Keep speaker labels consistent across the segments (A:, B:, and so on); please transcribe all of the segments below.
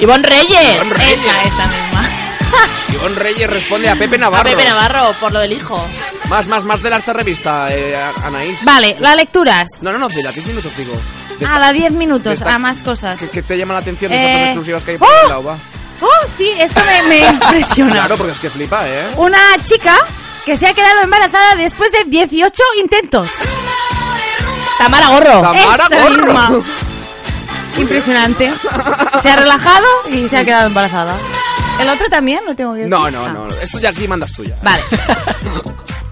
A: Ivonne Reyes.
B: Ivonne Reyes.
A: Esa, esa misma.
B: Ivonne Reyes responde a Pepe
A: A
B: Navarro.
A: Pepe Navarro, por lo del hijo.
B: Más, más, más de la esta revista, eh, Anaís.
C: Vale, las lecturas.
B: No, no, no, de la 10 minutos, digo.
C: A
B: De esta-
C: las 10 minutos,
B: Destaca.
C: a más cosas.
B: que, que te llama la atención esas dos
C: Ah, Eh,
B: exclusivas que hay por
C: ¡oh!
B: el lado, va.
C: Oh, sí, esto me, me impresiona.
B: Claro, porque es que flipa, ¿eh?
C: Una chica que se ha quedado embarazada después de 18 intentos.
A: Tamara Gorro.
B: ¡Tamara
C: esta misma.
B: Porro!
C: Impresionante. Se ha relajado y se ha quedado embarazada. ¿El otro también? Lo tengo que decir.
B: No, no,
C: Ah.
B: no. Esto ya aquí mandas tuya.
C: Vale.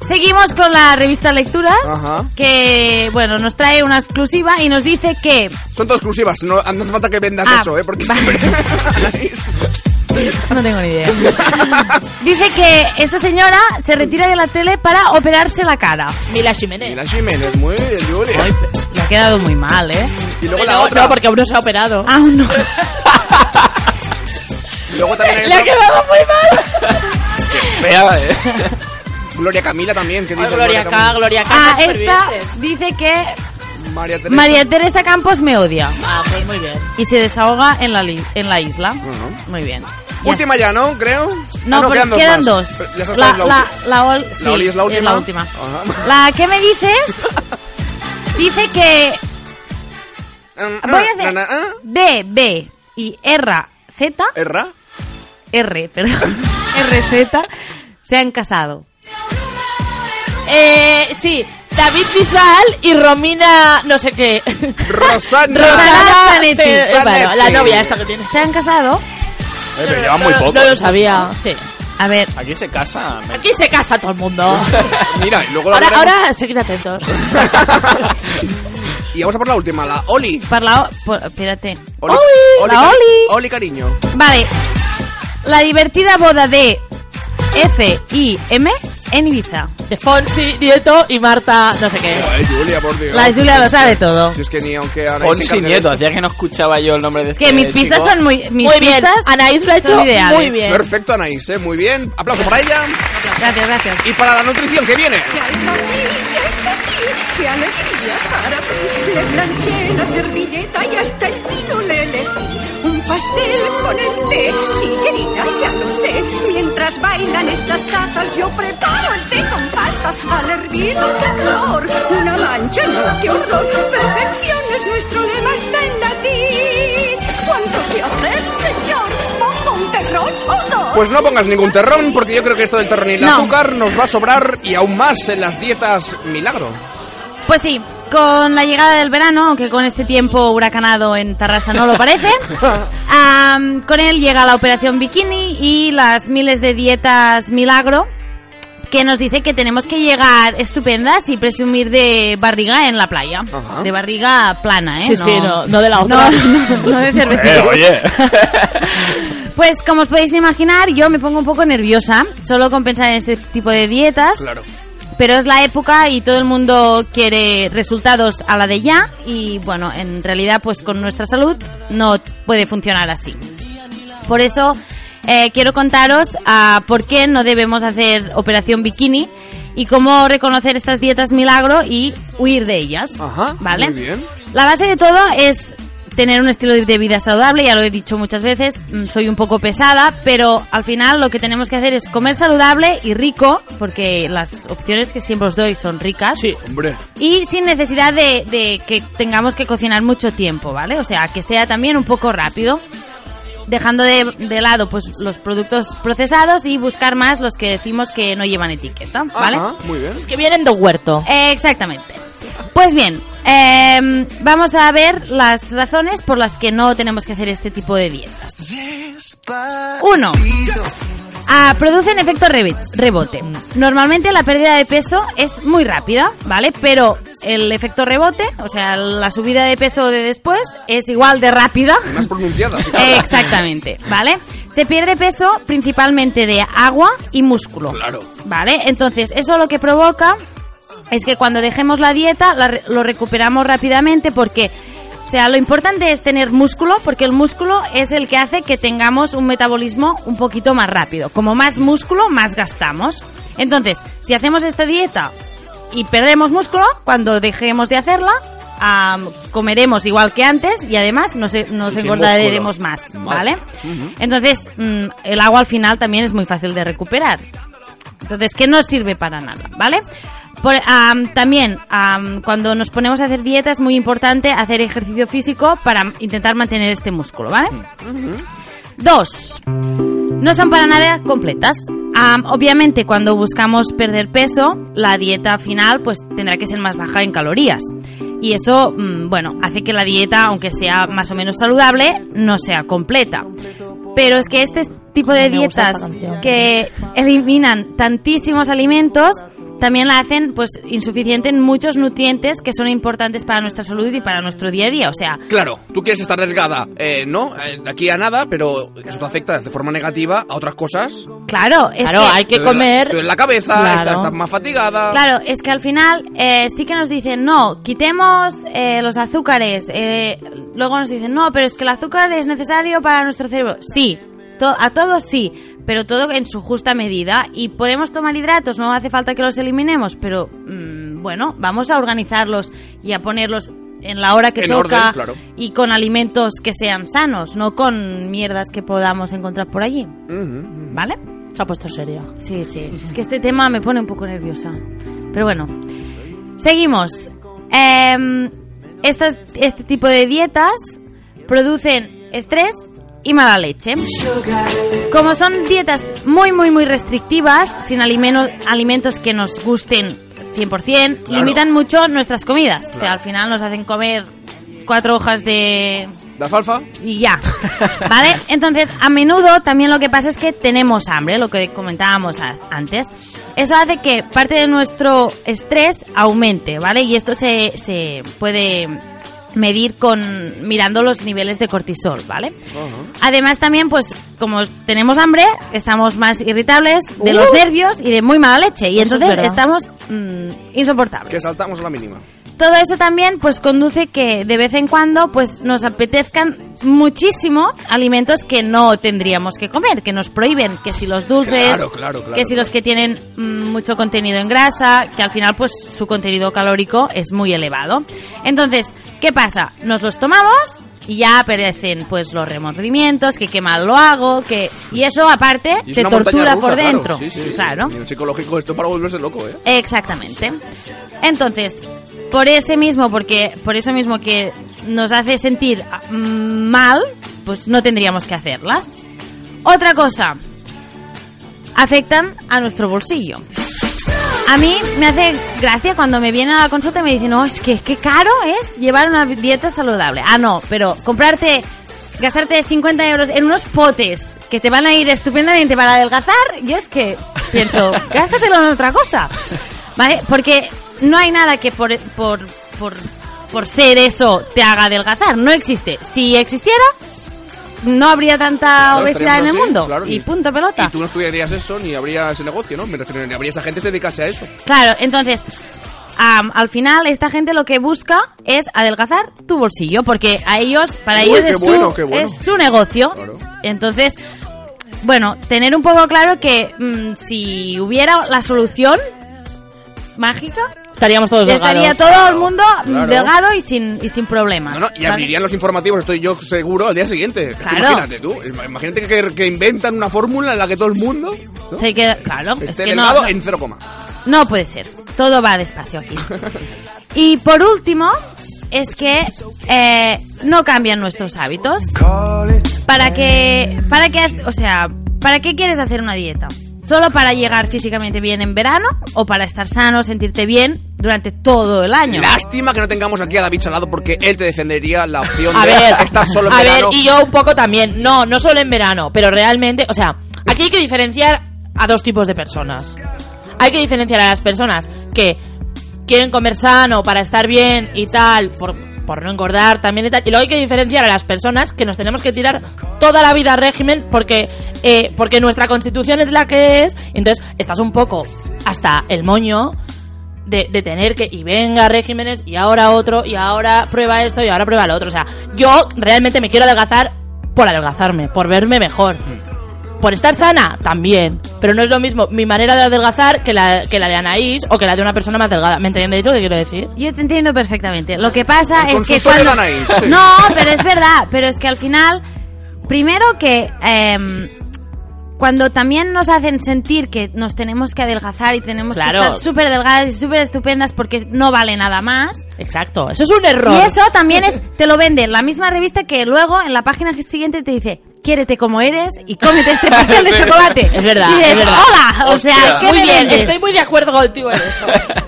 C: Seguimos con la revista Lecturas,
B: Ajá.
C: que, bueno, nos trae una exclusiva y nos dice que
B: Son todas exclusivas, no, no hace falta que vendas
C: Ah,
B: eso, ¿eh? Porque
C: vale.
B: siempre... Anaís.
C: No tengo ni idea. Dice que esta señora se retira de la tele para operarse la cara.
A: Mila Jiménez.
B: Mira, Jiménez, muy bien, Yuri.
C: Ay, pe- le ha quedado muy mal, ¿eh?
B: Y luego la
A: no,
B: otra.
A: no, porque uno se ha operado.
C: Aún no.
B: Luego también hay
A: Le ha
B: otra-
A: quedado muy mal.
B: Fea, ¿eh? Gloria Camila también, que dice
A: Ay, Gloria K,
B: Camila.
A: Gloria K.
C: Ah, esta
A: supervivientes.
C: dice que
B: María Teresa.
C: María Teresa Campos me odia
A: Ah, pues muy bien.
C: y se desahoga en la, li- en la isla. Muy bien. Ya
B: Mm. Última ya, ¿no? Creo.
C: No,
B: Ah,
C: pero
B: quedan dos.
C: quedan
B: más.
C: dos.
B: Pero les has
C: La,
B: dado
C: la, la, ol-
B: La Oli
C: sí,
B: es la última.
C: última.
B: Ajá.
C: La que me dices dice que
B: Mm,
C: voy
B: ah,
C: a hacer
B: na, na, ah.
C: D, B y R, Z,
B: ¿Erra?
C: R, perdón, RZ, se han casado.
A: Eh, sí, David Bisbal y Romina, no sé qué.
B: Rosana.
C: Rosana Zanetti.
A: Zanetti. Eh, bueno, la
B: Zanetti.
A: novia esta que tiene.
C: ¿Se han casado?
D: Eh, pero lleva muy
A: No,
D: poco.
A: No lo sabía. Sí.
C: A ver,
D: Aquí se casa. me-
A: Aquí se casa todo el mundo.
B: Mira, y luego la
A: Ahora,
B: veremos.
A: ahora, seguid atentos.
B: Y vamos a por la última, la Oli.
C: para la... o- por- espérate.
B: Oli,
C: ¡Oli! ¡La
B: cari-
C: Oli!
B: Oli, cariño.
C: Vale. La divertida boda de F y M en Ibiza.
A: De Fonsi, Nieto y Marta, no sé qué.
B: Ay, Julia, por Dios.
C: La Julia lo sabe todo.
B: Si es que ni aunque ahora...
D: Fonsi Nieto, hacía que no escuchaba yo el nombre de
C: Es
D: este
C: que mis pistas
D: chico.
C: son muy... Mis
A: Eh, Muy bien,
C: pistas
A: Anaís lo ha
C: son
A: hecho
C: ideales.
A: muy bien.
B: Perfecto, Anaís, ¿eh? Muy bien. Aplauso para ella.
C: Gracias, gracias.
B: Y para la nutrición que viene.
E: ¡Qué alegría para les planché la servilleta y hasta el pirulele! Un pastel con el té, sí, querida, ya lo sé. Mientras bailan estas tazas, yo preparo el té con pastas al hervido calor. Una mancha, no, qué horror. Perfección es nuestro lema, está en latín. ¿Cuánto se hace, señor? ¿Pongo un terrón o dos?
B: Pues no pongas ningún terrón, porque yo creo que esto del terrón y el
C: No.
B: azúcar nos va a sobrar y aún más en las dietas milagro.
C: Pues sí, con la llegada del verano, aunque con este tiempo huracanado en Tarrasa no lo parece, am, con él llega la operación bikini y las miles de dietas milagro que nos dice que tenemos que llegar estupendas y presumir de barriga en la playa.
B: Ajá.
C: De barriga plana, ¿eh?
A: Sí, sí, no, no de la
C: No,
A: otra.
C: no, no de
D: Eh,
C: cervecero.
D: oye.
C: Pues como os podéis imaginar, yo me pongo un poco nerviosa solo con pensar en este tipo de dietas.
B: Claro.
C: Pero es la época y todo el mundo quiere resultados a la de ya y bueno, en realidad pues con nuestra salud no puede funcionar así. Por eso eh, quiero contaros ah, por qué no debemos hacer operación bikini y cómo reconocer estas dietas milagro y huir de ellas.
B: Ajá,
C: ¿Vale?
B: muy bien.
C: La base de todo es tener un estilo de vida saludable, ya lo he dicho muchas veces, mm, soy un poco pesada, pero al final lo que tenemos que hacer es comer saludable y rico, porque las opciones que siempre os doy son ricas.
A: Sí.
B: Hombre.
C: Y sin necesidad de, de que tengamos que cocinar mucho tiempo, ¿vale? O sea, que sea también un poco rápido. Dejando de, de lado pues los productos procesados y buscar más los que decimos que no llevan etiqueta, ¿vale?
B: Ajá, muy bien.
A: Que vienen de huerto.
C: Eh, Exactamente. Pues bien, eh, vamos a ver las razones por las que no tenemos que hacer este tipo de dietas. Uno. Ah, producen efecto rebe- rebote. Normalmente la pérdida de peso es muy rápida, ¿vale? Pero el efecto rebote, o sea, la subida de peso de después, es igual de rápida.
B: Y Más pronunciada. así que-
C: Eh, Exactamente, ¿vale? Se pierde peso principalmente de agua y músculo.
B: Claro.
C: ¿Vale? Entonces, eso lo que provoca es que cuando dejemos la dieta la re- lo recuperamos rápidamente porque, o sea, lo importante es tener músculo porque el músculo es el que hace que tengamos un metabolismo un poquito más rápido. Como más músculo, más gastamos. Entonces, si hacemos esta dieta y perdemos músculo, cuando dejemos de hacerla, ah, comeremos igual que antes y además nos, e, nos
D: sin
C: engordaremos
D: músculo.
C: más,
D: Vale.
C: ¿vale?
D: Ujú.
C: Entonces, mm, el agua al final también es muy fácil de recuperar. Entonces, que no sirve para nada, ¿vale? Por- am, también, am, cuando nos ponemos a hacer dieta es muy importante hacer ejercicio físico para intentar mantener este músculo, ¿vale? Dos, no son para nada completas. Am, obviamente, cuando buscamos perder peso, la dieta final pues tendrá que ser más baja en calorías. Y eso, mm, bueno, hace que la dieta, aunque sea más o menos saludable, no sea completa. Pero es que este tipo de
A: Me gusta
C: dietas
A: esta canción.
C: que eliminan tantísimos alimentos también la hacen pues insuficiente en muchos nutrientes que son importantes para nuestra salud y para nuestro día a día. O sea,
B: Claro, tú quieres estar delgada, eh, ¿no? Eh, de aquí a nada, pero eso te afecta de forma negativa a otras cosas.
C: claro, es
F: Claro,
C: que-
F: hay que
B: Te duele la-
F: comer.
B: te duele la cabeza,
F: Claro.
B: estás, estás más fatigada.
C: Claro, es que al final eh, sí que nos dicen, no, quitemos eh, los azúcares. eh, luego nos dicen, no, pero es que el azúcar es necesario para nuestro cerebro. Sí, to- a todos sí, pero todo en su justa medida. Y podemos tomar hidratos, no hace falta que los eliminemos, pero mm, bueno, vamos a organizarlos y a ponerlos en la hora que
B: En
C: toca
B: orden, claro.
C: y con alimentos que sean sanos, no con mierdas que podamos encontrar por allí,
B: Mm. Ujú.
C: ¿vale?
A: Se ha puesto serio.
C: Sí, sí. Es que este tema me pone un poco nerviosa. Pero bueno, seguimos. Em, estas- este tipo de dietas producen estrés y mala leche. Como son dietas muy, muy, muy restrictivas, sin alimeno- alimentos que nos gusten 100%,
B: Claro.
C: limitan mucho nuestras comidas. O sea, al final nos hacen comer cuatro hojas de
B: ¿De alfalfa?
C: y ya. ¿Vale? Entonces, a menudo también lo que pasa es que tenemos hambre, lo que comentábamos a- antes. Eso hace que parte de nuestro estrés aumente, ¿vale? Y esto se, se puede medir con mirando los niveles de cortisol, ¿vale? Además también pues como tenemos hambre, estamos más irritables de los nervios y de muy mala leche y
A: Uh. Eso es
C: entonces
A: verdad.
C: estamos mm, insoportables
B: Que saltamos a la mínima.
C: todo eso también pues conduce que de vez en cuando pues nos apetezcan muchísimo alimentos que no tendríamos que comer, que nos prohíben, que si los dulces,
B: Claro, claro, claro,
C: que si los que tienen mm, mucho contenido en grasa, que al final pues su contenido calórico es muy elevado. Entonces, ¿qué pasa? Nos los tomamos y ya aparecen pues los remordimientos, que qué mal lo hago, que y eso aparte
B: Y es
C: te
B: una montaña
C: tortura
B: rusa,
C: por
B: claro.
C: dentro,
B: Sí, sí, sí.
C: claro.
B: A nivel psicológico esto para volverse loco, ¿eh?
C: Exactamente. Entonces, por ese mismo, porque por eso mismo que nos hace sentir ah, mm, mal, pues no tendríamos que hacerlas. Otra cosa, afectan a nuestro bolsillo. A mí me hace gracia cuando me vienen a la consulta y me dicen, no, es que qué caro es llevar una dieta saludable. Ah, no, pero comprarte, gastarte 50 euros en unos potes que te van a ir estupendamente para adelgazar, yo es que pienso, gástatelo en otra cosa. ¿Vale? Porque no hay nada que por, por, por, por ser eso te haga adelgazar. No existe. Si existiera, no habría tanta
B: Claro,
C: obesidad en el
B: estaríamos así,
C: mundo.
B: claro,
C: y, punto pelota.
B: Y tú no estudiarías eso, ni habría ese negocio, ¿no? Me refiero, ni habría esa gente que se dedicase a eso.
C: Claro, entonces, am, al final esta gente lo que busca es adelgazar tu bolsillo, porque a ellos, para
B: Uy,
C: ellos
B: qué
C: es,
B: bueno, qué
C: su,
B: bueno.
C: es su negocio.
B: Claro.
C: Entonces, bueno, tener un poco claro que mm, si hubiera la solución mágica,
A: Estaríamos todos
C: estaría
A: delgados.
C: todo el mundo mm,
B: Claro.
C: delgado y sin, y sin problemas.
B: No, no, y
C: ¿vale?
B: abrirían los informativos, estoy yo seguro, al día siguiente. Es que
C: Claro.
B: Imagínate tú, imagínate que, que inventan una fórmula en la que todo el mundo ¿no?
C: Se queda- claro, es
B: esté
C: que no,
B: Este delgado
C: no-
B: en cero coma.
C: No puede ser. Todo va despacio aquí. Y por último, es que eh, no cambian nuestros hábitos. ¿Para que ¿Para que O sea, ¿para qué quieres hacer una dieta? ¿Solo para llegar físicamente bien en verano o para estar sano, sentirte bien durante todo el año?
B: Lástima que no tengamos aquí a David Salado porque él te defendería la opción
A: A
B: de
A: ver,
B: estar solo en
A: a
B: verano.
A: ver, y yo un poco también. No, no solo en verano, pero realmente, o sea, aquí hay que diferenciar a dos tipos de personas. Hay que diferenciar a las personas que quieren comer sano para estar bien y tal, por, por no engordar también y tal. Y luego hay que diferenciar a las personas que nos tenemos que tirar toda la vida a régimen porque, eh, porque nuestra constitución es la que es. Entonces estás un poco hasta el moño de, de tener que y venga regímenes y ahora otro y ahora prueba esto y ahora prueba lo otro. O sea, yo realmente me quiero adelgazar por adelgazarme, por verme mejor.
C: Hmm.
A: por estar sana, también. Pero no es lo mismo mi manera de adelgazar que la, que la de Anaís o que la de una persona más delgada. ¿Me entiendes lo que quiero decir?
C: Yo te entiendo perfectamente. Lo que pasa
B: El
C: es que
B: consultorio
C: cuando...
B: de Anaís, sí.
C: No, pero es verdad. Pero es que al final, primero que em, cuando también nos hacen sentir que nos tenemos que adelgazar y tenemos
A: Claro.
C: que estar súper delgadas y súper estupendas porque no vale nada más.
A: Exacto. Eso es un error.
C: Y eso también es, te lo vende la misma revista que luego en la página siguiente te dice, quiérete como eres y cómete este pastel de chocolate.
A: Es verdad,
C: Y dices,
A: es verdad.
C: hola, o sea,
D: Hostia.
C: ¿qué
A: muy
C: me
A: bien,
C: vendes?
A: estoy muy de acuerdo contigo en eso.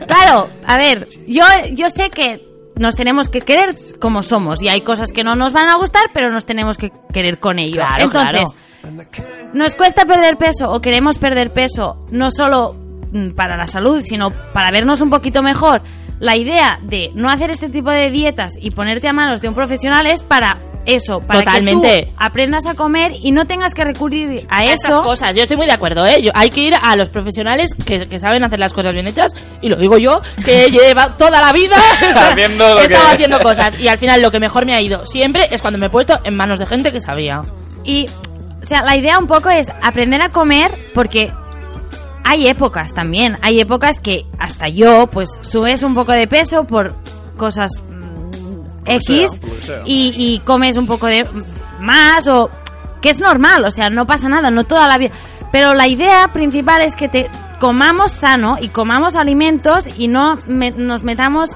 C: Claro, a ver, yo, yo sé que nos tenemos que querer como somos y hay cosas que no nos van a gustar, pero nos tenemos que querer con ello.
A: Claro,
C: Entonces, nos cuesta perder peso o queremos perder peso, no solo mm, para la salud, sino para vernos un poquito mejor. La idea de no hacer este tipo de dietas y ponerte a manos de un profesional es para eso, para que
A: Totalmente.
C: tú aprendas a comer y no tengas que recurrir a
A: Esas
C: eso.
A: cosas, yo estoy muy de acuerdo, ¿eh? Yo- hay que ir a los profesionales que, que saben hacer las cosas bien hechas, y lo digo yo, que lleva toda la vida
D: Sabiendo lo
A: he estado
D: que-
A: haciendo cosas, y al final lo que mejor me ha ido siempre es cuando me he puesto en manos de gente que sabía.
C: Y, o sea, la idea un poco es aprender a comer porque hay épocas también. Hay épocas que hasta yo, pues, subes un poco de peso por cosas mm, X
B: sea, por lo que sea.
C: y, y comes un poco de mm, más o que es normal, o sea, no pasa nada, no toda la vida. Pero la idea principal es que te comamos sano y comamos alimentos y no me- nos metamos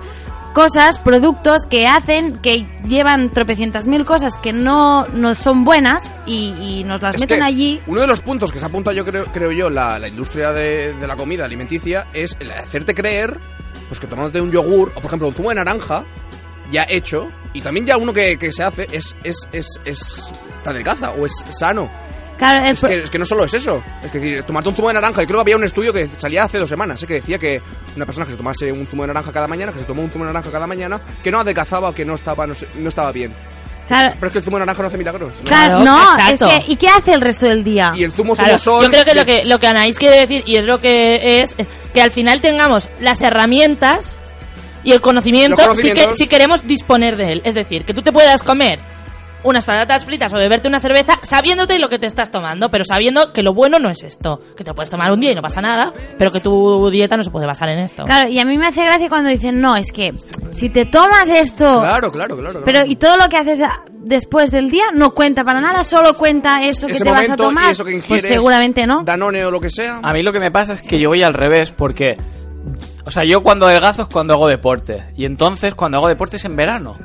C: cosas, productos que hacen, que llevan tropecientas mil cosas que no, no son buenas y, y nos las
B: Es
C: meten
B: que
C: allí.
B: Uno de los puntos que se apunta, yo creo, creo yo, la, la industria de, de la comida alimenticia es el hacerte creer pues que tomándote un yogur o, por ejemplo, un zumo de naranja ya hecho, y también ya uno que, que se hace es, es, es, es te adelgaza o es sano.
C: Claro, el
B: Es
C: pro-
B: que, es que no solo es eso. Es que decir, tomarte un zumo de naranja. Yo creo que había un estudio que salía hace dos semanas ¿eh? que decía que una persona que se tomase un zumo de naranja cada mañana, que se tomó un zumo de naranja cada mañana, que no adelgazaba o que no estaba, no, sé- no estaba bien.
C: claro,
B: Pero es que el zumo de naranja no hace milagros. ¿no?
C: claro,
A: Claro,
C: no,
A: exacto.
C: es que, ¿y qué hace el resto del día?
B: Y el zumo
A: Claro,
B: zumo sol.
A: yo creo que
B: de-
A: lo que lo que Anaís quiere decir y es lo que es, es que al final tengamos las herramientas y el conocimiento
B: Los
A: si,
B: conocimientos.
A: que, si queremos disponer de él, es decir, que tú te puedas comer unas patatas fritas o beberte una cerveza sabiéndote lo que te estás tomando, pero sabiendo que lo bueno no es esto, que te puedes tomar un día y no pasa nada, pero que tu dieta no se puede basar en esto.
C: Claro, y a mí me hace gracia cuando dicen, no, es que si te tomas esto,
B: Claro, claro, claro. claro.
C: pero y todo lo que haces a- después del día no cuenta para nada, solo cuenta eso que
B: Ese
C: te vas a
B: momento y
C: tomar.
B: eso que
C: pues
B: ingieres,
C: seguramente no. Ah,
B: Danone o lo que sea.
D: A mí lo que me pasa es que yo voy al revés, porque. O sea, yo cuando adelgazo es cuando hago deporte. Y entonces, cuando hago deporte es en verano.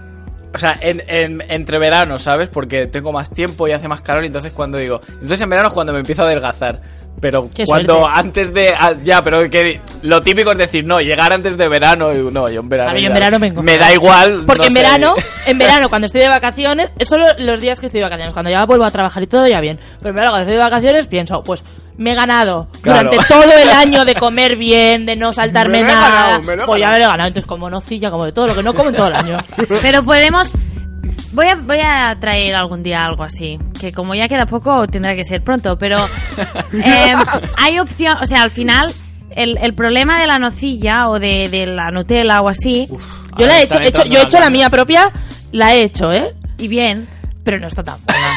D: O sea, en, en- entre verano, ¿sabes? Porque tengo más tiempo y hace más calor. Y entonces, cuando digo. Entonces, en verano es cuando me empiezo a adelgazar. Pero
A: Qué
D: cuando
A: suerte.
D: antes de. ah, Ya, pero que lo típico es decir, no, llegar antes de verano. Y, no, yo en verano.
A: A mí en
D: ya-
A: verano vengo.
D: Me da igual.
A: Porque
D: no
A: en
D: sé.
A: verano, en verano cuando estoy de vacaciones, es solo los días que estoy de vacaciones, cuando ya vuelvo a trabajar y todo ya bien. Pero en verano cuando estoy de vacaciones pienso, pues me he ganado
D: Claro.
A: durante todo el año de comer bien, de no saltarme
B: Me lo he
A: nada.
B: ganado, me lo he
A: pues ya me
B: ganado.
A: lo he ganado, entonces como nocilla, como de todo lo que no como en todo el año.
C: Pero podemos. Voy a, voy a traer algún día algo así. Que como ya queda poco, tendrá que ser pronto. Pero eh, hay opción. O sea, al final, el, el problema de la nocilla o de, de la Nutella o así.
A: Yo la
D: Ahora
A: he hecho,
D: están
A: he hecho-
D: entrando
A: yo he hecho la
D: las-
A: mía propia, la he hecho, ¿eh?
C: Y bien.
A: Pero no está tan buena.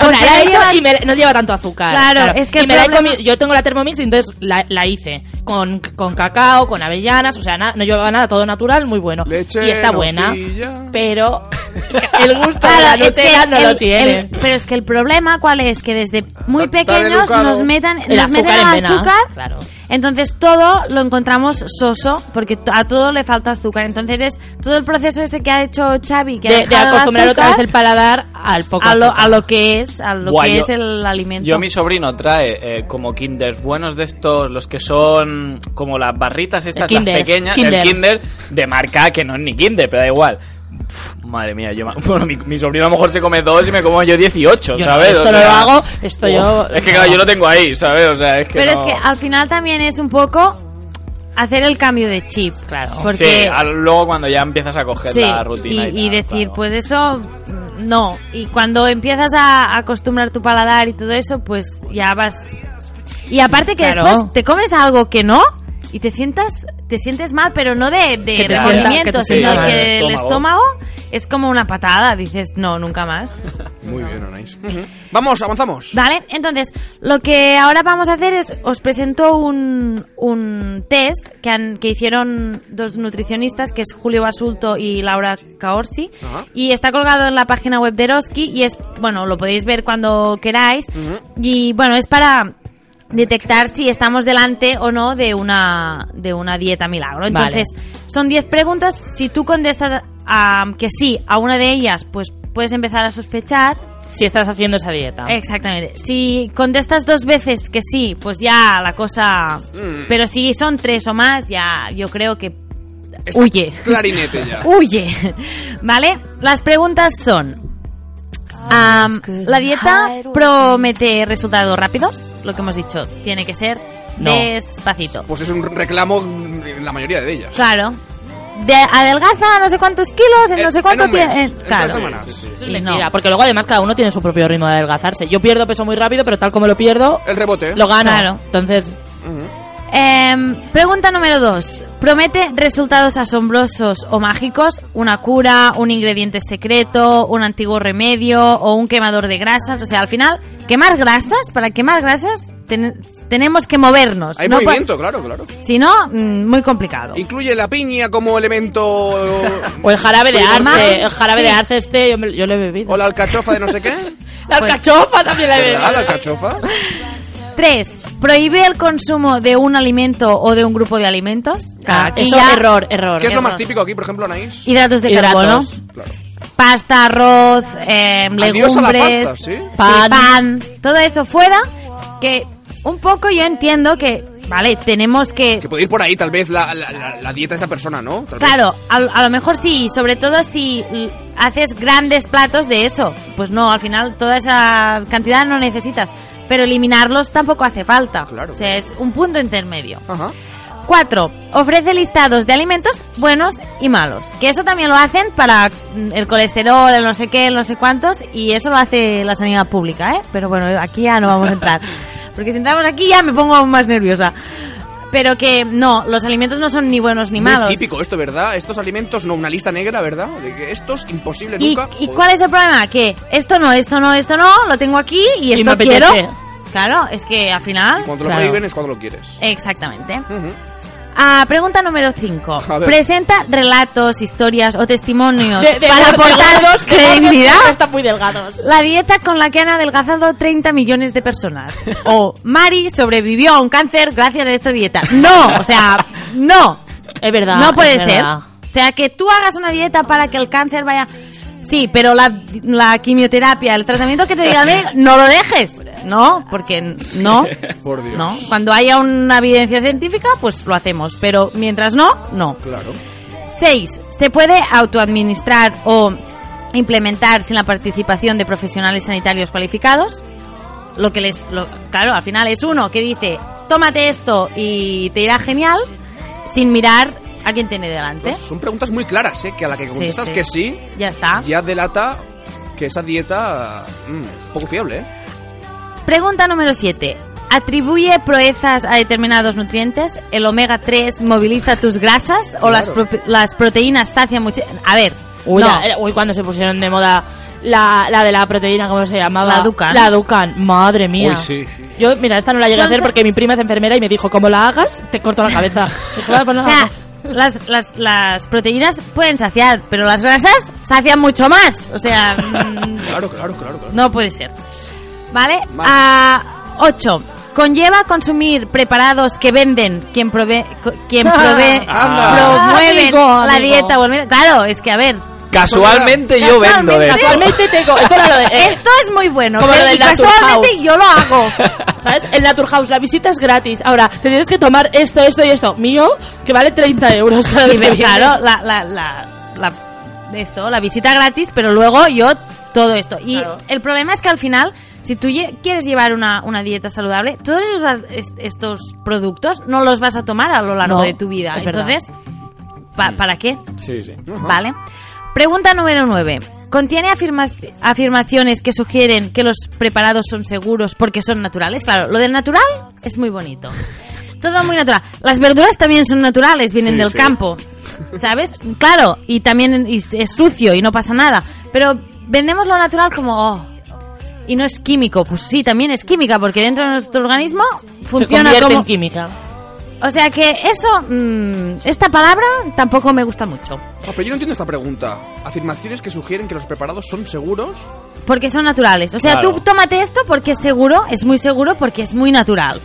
A: Bueno, la he hecho
C: lleva-
A: y me- no lleva tanto azúcar.
C: Claro, es que
A: Y
C: el
A: me la he
C: problema-
A: comido- yo tengo la Thermomix y entonces la, la hice con, con cacao, con avellanas, o sea, na- no llevaba nada, todo natural, muy bueno.
B: Leche,
A: y está buena,
B: nocilla.
A: pero el gusto de
C: Claro,
A: la
C: Ah, es que
A: Nutella no
C: el-
A: lo tiene.
C: el- pero es que el problema, ¿cuál es? Que desde muy
B: Tan- tan
C: pequeños
B: educado.
C: nos, metan,
A: El
C: nos meten
A: azúcar en
C: al
A: vena,
C: azúcar.
A: claro.
C: Entonces todo lo encontramos soso, porque t- a todo le falta azúcar. Entonces es todo el proceso este que ha hecho Xavi, que ha
A: de, de
C: dejado el
A: acostumbrar otra vez
C: azúcar
A: el paladar al poco
C: a lo,
A: azúcar.
C: a lo que es, a lo
D: Guay,
C: que
D: yo-
C: es el alimento.
D: Yo, mi sobrino trae eh, como kinders buenos de estos, los que son como las barritas estas,
A: El Kinder,
D: las pequeñas,
A: Kinder.
D: el kinder de marca que no es ni kinder, pero da igual. Uf, madre mía, yo, ma- bueno, mi, mi sobrino a lo mejor se come dos y me como yo 18,
A: Yo no,
D: ¿sabes?
A: esto
D: O
A: no
D: sea,
A: lo hago, esto yo-
D: Es que claro,
A: no.
D: yo lo tengo ahí, ¿sabes? O sea, es que
C: Pero
D: no-
C: es que ah, al final también es un poco hacer el cambio de chip.
A: Claro.
C: Porque
D: Sí, al- luego cuando ya empiezas a coger
C: Sí,
D: la rutina.
C: y, y
D: tal,
C: decir,
D: claro.
C: pues eso mm, no. Y cuando empiezas a acostumbrar tu paladar y todo eso, pues ya vas. Y aparte que
A: Claro.
C: después te comes algo que no. Y y te sientas te sientes mal pero no de, de
A: Que te sienta- que
C: remordimiento sino
A: te sienta
C: de
A: mal
C: que
D: el
C: el estómago
D: estómago.
C: es como una patada dices no nunca más
B: Muy bien, Anais. Vamos, avanzamos.
C: Vale, entonces lo que ahora vamos a hacer es, os presento un, un test que, han, que hicieron dos nutricionistas, que es Julio Basulto y Laura Caorsi,
B: Ajá.
C: y está colgado en la página web de Eroski y es, bueno, lo podéis ver cuando queráis,
B: Ujú.
C: y bueno, es para detectar si estamos delante o no de una, de una dieta milagro.
A: Vale.
C: Entonces, son 10 preguntas, si tú contestas a- que sí a una de ellas, pues puedes empezar a sospechar.
A: Si estás haciendo esa dieta.
C: Exactamente. Si contestas dos veces que sí, pues ya la cosa...
B: Mm.
C: Pero si son tres o más, ya yo creo que
B: Está
C: huye.
B: Clarinete ya.
C: Huye. ¿Vale? Las preguntas son... am, la dieta promete resultados rápidos, lo que hemos dicho, tiene que ser
A: No.
C: despacito.
B: Pues es un reclamo en la mayoría de ellas.
C: Claro. De, adelgaza no sé cuántos kilos en
B: Eh,
C: no sé cuánto
B: en un mes,
C: tie- eh,
B: en tres
C: claro.
B: semanas.
A: Eso es
C: Y
A: mentira,
C: no.
A: porque luego además cada uno tiene su propio ritmo de adelgazarse. Yo pierdo peso muy rápido, pero tal como lo pierdo,
B: El rebote. ¿eh?
A: lo gano.
C: Claro.
A: Entonces,
B: Ujú.
C: Em, pregunta número 2. ¿Promete resultados asombrosos o mágicos? ¿Una cura, un ingrediente secreto, un antiguo remedio o un quemador de grasas? O sea, al final, quemar grasas, para quemar grasas ten- tenemos que movernos.
B: Hay
C: no pues- po-
B: movimiento, claro, claro.
C: Si no, mm, muy complicado.
B: Incluye la piña como elemento
A: o el jarabe de
C: Prima.
A: arce, el jarabe de
C: Sí.
A: arce este, yo, me- yo lo he bebido.
B: o la alcachofa de no sé qué.
A: La
C: Pues-
A: alcachofa también la he bebido.
B: ¿Verdad? La alcachofa.
C: 3. ¿Prohíbe el consumo de un alimento o de un grupo de alimentos?
A: Ah,
C: Aquí
A: eso,
C: ya-
A: error, error.
B: ¿Qué es lo más
A: error.
B: típico aquí, por ejemplo, Anaís?
C: Hidratos de
A: Hidratos.
C: carbono.
B: Claro.
C: Pasta, arroz, em,
B: Adiós a la
C: legumbres,
B: pasta, ¿sí?
C: pan.
A: Pan.
C: pan, todo esto fuera, que un poco yo entiendo que, vale, tenemos que...
B: Que puede ir por ahí, tal vez, la, la- la- la dieta de esa persona, ¿no? Tal vez.
C: Claro, a, a lo mejor sí, sobre todo si l- haces grandes platos de eso, pues no, al final toda esa cantidad no necesitas, pero eliminarlos tampoco hace falta.
B: Claro.
C: O sea, es un punto intermedio.
B: Ajá.
C: 4. Ofrece listados de alimentos buenos y malos. Que eso también lo hacen para mm, el colesterol, el no sé qué, el no sé cuántos, y eso lo hace la sanidad pública, ¿eh? Pero bueno, aquí ya no vamos a entrar. Porque si entramos aquí ya me pongo aún más nerviosa. Pero que no, los alimentos no son ni buenos ni
B: Muy
C: malos.
B: típico esto, ¿verdad? Estos alimentos, no, una lista negra, ¿verdad? De que estos, imposible
C: ¿Y,
B: nunca.
C: y
B: Joder.
C: cuál es el problema? Que esto no, esto no, esto no, lo tengo aquí y esto
A: me apetece.
C: quiero. Claro, es que al final.
B: Cuando
A: Claro.
B: lo prohíben es cuando lo quieres.
C: Eh. Exactamente.
B: Ujú.
C: Ah, pregunta número 5.
B: A ver.
C: Presenta relatos, historias o testimonios
A: De- de-
C: para
A: de
C: aportar
A: gordos, de gordos que
C: credibilidad.
A: Están muy delgados.
C: La dieta con la que han adelgazado 30 millones de personas. O Mari sobrevivió a un cáncer gracias a esta dieta. No, o sea, no.
A: Es verdad.
C: No puede
A: es
C: ser.
A: verdad.
C: O sea, que tú hagas una dieta para que el cáncer vaya... Sí, pero la, la quimioterapia, el tratamiento que te diga el médico, no lo dejes. No, porque no.
B: Por Dios.
C: No, cuando haya una evidencia científica, pues lo hacemos, pero mientras no, no.
B: Claro.
C: 6. Se puede autoadministrar o implementar sin la participación de profesionales sanitarios cualificados. Lo que les lo- claro, al final es uno que dice, "Tómate esto y te irá genial", sin mirar a quién tiene delante.
B: Pues son preguntas muy claras, ¿eh? Que a la que contestas
C: ¿Eh? sí.
B: que sí,
C: Ya está.
B: ya delata que esa dieta... mm, poco fiable, ¿eh?
C: Pregunta número 7. ¿Atribuye proezas a determinados nutrientes? ¿El omega 3 moviliza tus grasas? ¿O las,
B: Claro.
C: prope- las proteínas sacian mucho? A ver,
A: Uy, eh,
C: no.
A: la- era- uy, cuando se pusieron de moda la, la de la proteína, ¿cómo se llamaba?
C: La Dukan.
A: La Dukan. Madre mía.
D: Uy, sí.
A: Yo, mira, esta no la llegué a hacer
C: Entonces-
A: porque mi prima es enfermera y me dijo, como la hagas, te corto la cabeza. Dije, "Vale, pues no
C: O
A: la
C: sea,
A: hago".
C: las, las, las proteínas pueden saciar, pero las grasas sacian mucho más. O sea, mm,
B: Claro, claro, claro. claro.
C: no puede ser. ¿Vale?
B: Vale.
C: A 8. Conlleva consumir preparados que venden quien prove, co- quien prove,
D: Ah,
B: Anda.
C: promueven
A: Ah, Amigo,
C: la
A: amigo.
C: dieta o el medio- Claro, es que a ver.
D: Casualmente yo vendo de eso.
A: Casualmente tengo... Esto era lo de... eh,
C: Esto es muy bueno.
A: Como
C: pero-
A: lo del
C: y
A: Doctor
C: casualmente
A: House.
C: yo lo hago.
A: ¿Sabes? En Naturhaus la visita es gratis. Ahora, te tienes que tomar esto, esto y esto. Mío, que vale 30 euros. cada
C: Y
A: vez que
C: me-
A: vienes.
C: claro, la, la, la, la- esto, la visita gratis, pero luego yo todo esto. Y
A: Claro.
C: el problema es que al final, si tú lle- quieres llevar una, una dieta saludable, todos esos, ar- es- estos productos no los vas a tomar a lo largo
A: No,
C: de tu vida.
A: es verdad.
C: Entonces, pa- ¿para qué?
D: Sí, sí.
B: Ajá.
C: Vale. Pregunta número 9. ¿Contiene afirma- afirmaciones que sugieren que los preparados son seguros porque son naturales? Claro, lo del natural es muy bonito. Todo muy natural. Las verduras también son naturales, vienen
B: Sí,
C: del
B: sí.
C: campo. ¿Sabes? Claro, y también es, es sucio y no pasa nada. Pero vendemos lo natural como... oh, y no es químico. Pues sí, también es química, porque dentro de nuestro organismo funciona
A: se convierte
C: como...
A: en química.
C: O sea que eso, mm, esta palabra tampoco me gusta mucho.
B: Ah, pero yo no entiendo esta pregunta. Afirmaciones que sugieren que los preparados son seguros.
C: Porque son naturales. O sea,
D: Claro.
C: tú tómate esto porque es seguro, es muy seguro, porque es muy natural.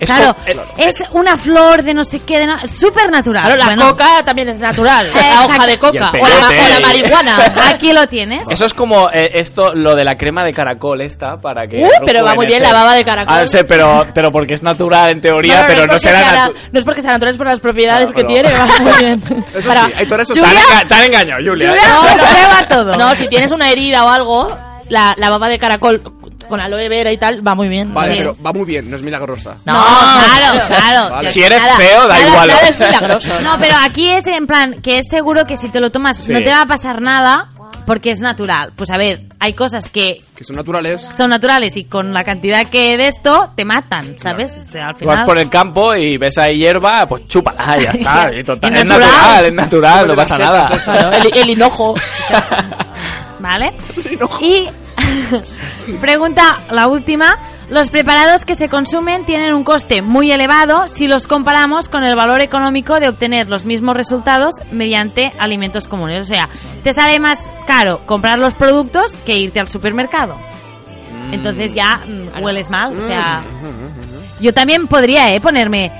D: Es
C: claro,
D: co- eh, claro.
C: es una flor de no sé qué, de na- súper natural.
A: Claro, la
C: Ah, Bueno,
A: coca también es natural. la
C: Exacto.
A: hoja de coca.
D: Y el
A: O la,
D: peyote,
A: o la
D: eh.
A: marihuana.
C: Aquí lo tienes.
D: Eso es como eh, esto, lo de la crema de caracol esta, para que...
A: Uh, pero va muy bien
D: rejuvenezca.
A: la baba de caracol.
D: Ah, no sé, pero, pero porque es natural en teoría,
A: No, no, no,
D: pero
A: es
D: no
A: porque
D: será
A: sea
D: natural.
A: na- No es porque sea natural, es por las propiedades
B: Claro,
A: que
B: pero-
A: tiene. Va muy bien.
B: Eso
A: Para-
B: sí, Aitor, eso
D: Te han,
B: está.
D: enga- te han engañado, Julia. ¿eh?
A: No, no.
C: prueba todo.
A: No, si tienes una herida o algo, la, la baba de caracol con aloe vera y tal va muy bien.
B: Vale,
A: Sí.
B: pero va muy bien, no es milagrosa.
A: No,
C: claro, claro.
B: Vale.
D: Si eres feo, da
A: nada-
D: igual.
A: nada es milagroso.
C: No, pero aquí es en plan que es seguro que si te lo tomas
D: Sí.
C: no te va a pasar nada porque es natural. Pues a ver, hay cosas que
B: Que son naturales.
C: son naturales y con la cantidad que de esto te matan, ¿sabes? O sea, al
D: Vas
C: final...
D: por el campo y ves ahí hierba, pues chúpala, ya está. y total,
A: Y
D: es
A: natural.
D: natural, es natural, no
B: Cómete las
D: pasa
B: setas,
D: nada.
A: Claro, el, el hinojo.
C: ¿Vale? Y pregunta la última. Los preparados que se consumen tienen un coste muy elevado si los comparamos con el valor económico de obtener los mismos resultados mediante alimentos comunes. O sea, te sale más caro comprar los productos que irte al supermercado. Entonces ya mm, hueles mal. O
B: Mm,
C: sea, yo también podría eh, ponerme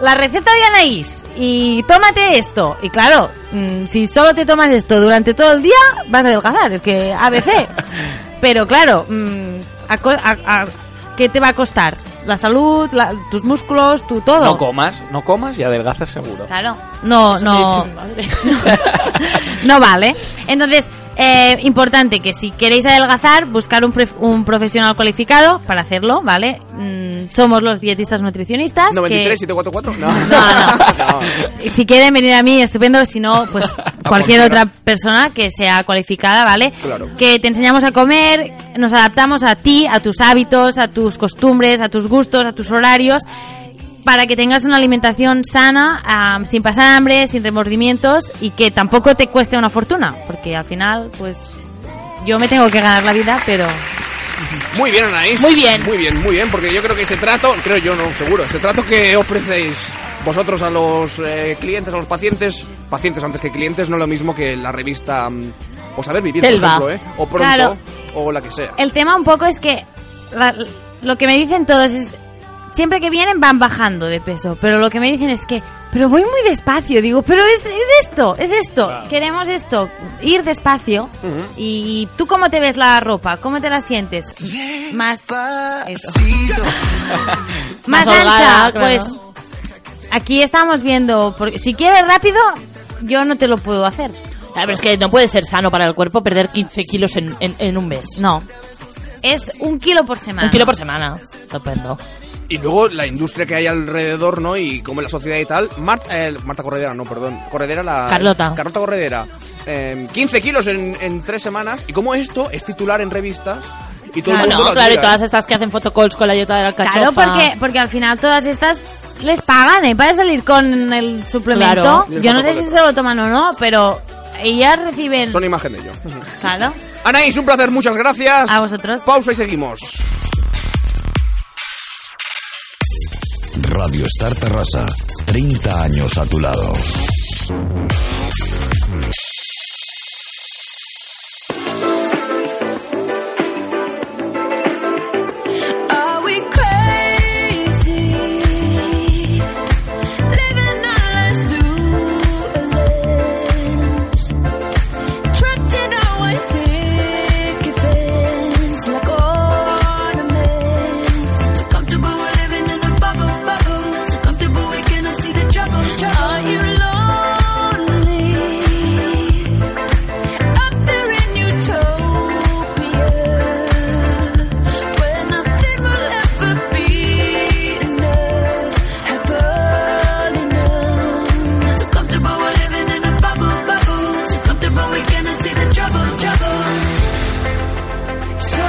C: la receta de Anaís y tómate esto. Y claro, mm, si solo te tomas esto durante todo el día, vas a adelgazar. Es que ABC. Pero claro, mm, a co- a- a- ¿qué te va a costar? La salud, la- tus músculos, tu todo.
D: No comas, no comas y adelgazas seguro.
C: Claro. No, no, no vale. Entonces, eh, importante que si queréis adelgazar, buscar un, prof- un profesional cualificado para hacerlo, ¿vale? Mm, somos los dietistas nutricionistas.
B: 93,
C: que...
B: 744. No,
C: No,
B: No.
C: Y Si quieren venir a mí, estupendo. Si no, pues cualquier
B: cualquiera.
C: otra persona que sea cualificada, ¿vale?
B: Claro.
C: Que te enseñamos a comer, nos adaptamos a ti, a tus hábitos, a tus costumbres, a tus gustos, a tus horarios, para que tengas una alimentación sana, am, sin pasar hambre, sin remordimientos y que tampoco te cueste una fortuna, porque al final, pues yo me tengo que ganar la vida, pero...
B: Muy bien, Anaís.
A: Muy bien.
B: Muy bien, muy bien, porque yo creo que ese trato, creo yo no, seguro, ese trato que ofrecéis vosotros a los eh, clientes, a los pacientes, pacientes antes que clientes, no es lo mismo que la revista mm, O Saber Vivir,
A: Telva.
B: por ejemplo, ¿eh? O Pronto,
C: Claro.
B: o la que sea.
C: El tema un poco es que la- lo que me dicen todos es siempre que vienen van bajando de peso, pero lo que me dicen es que pero voy muy despacio, digo, pero es, es esto, es esto, queremos esto, ir despacio.
B: Ujú.
C: ¿Y tú cómo te ves la ropa? ¿Cómo te la sientes?
A: Eh,
C: Más eso. Más,
A: Más holgada,
C: ancha,
A: claro.
C: pues aquí estamos viendo, porque si quieres rápido, yo no te lo puedo hacer.
A: Ah, pero es que no puede ser sano para el cuerpo perder 15 kilos en, en- en un mes.
C: No. Es un kilo por semana.
A: Un kilo por semana. Estupendo.
B: Y luego la industria que hay alrededor, ¿no? Y como en la sociedad y tal. Marta, eh, Marta Corredera, no, perdón. Corredera la...
A: Carlota.
B: Carlota Corredera. Eh, 15 kilos en, en tres semanas. Y como esto es titular en revistas y todo
A: Ah,
B: el mundo
A: no,
B: lo
A: claro, y
B: admira,
A: todas
B: ¿eh?
A: estas que hacen fotocalls con la dieta de la
C: Claro,
A: alcachofa.
C: porque, porque al final todas estas les pagan, ¿eh? Para salir con el suplemento.
A: Claro.
B: Y el
C: Yo no sé si
B: fotocol.
C: se lo toman o no, pero ellas reciben...
B: Son imagen de ello.
C: Claro.
B: Anaís, un placer, muchas gracias.
C: A vosotros.
B: Pausa y seguimos.
G: Radio Star Terrassa, 30 años a tu lado.
E: Are we crazy? Living our lives through a lens. Trapped in our thick fence like ornaments. So comfortable we're living in a bubble, bubble. So comfortable we cannot see the trouble, trouble. Are you lonely? Up there in utopia. Where nothing will ever be enough, happen enough. So comfortable we're living in a bubble, bubble. So comfortable we cannot see the trouble, trouble. So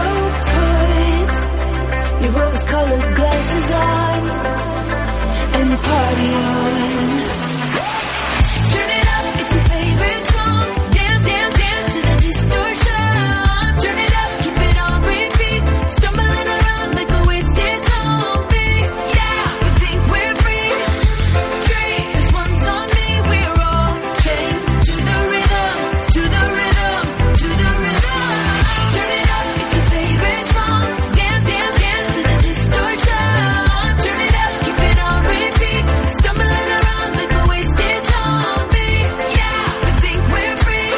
E: quiet, your rose-colored glasses on, and the party on. Turn it up, it's your favorite song. Dance, dance, dance to the distortion. Turn it up, keep it on repeat. Stumbling around like a wasted zombie. Yeah, we think we're free. Three is one's on me. We're all chained to the rhythm, to the rhythm, to the rhythm. Turn it up, it's your favorite song. Dance, dance, dance to the distortion. Turn it up, keep it on repeat. Stumbling around like a wasted zombie. Yeah, we think we're free.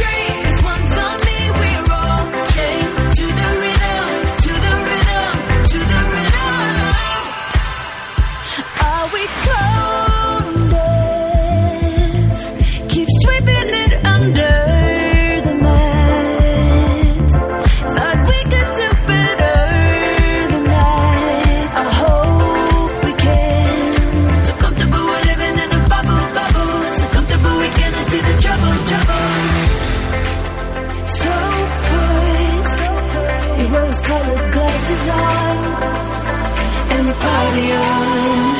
E: Train is one's on me. We're all chained to the rhythm, to the rhythm, to the rhythm. Are we cloned? Keep sweeping it under the mat. Thought we could do better than that. I hope we can. So comfortable we're living in a bubble, bubble. So comfortable we cannot see the trouble, trouble. So poised, your rose-colored glasses on and the party on.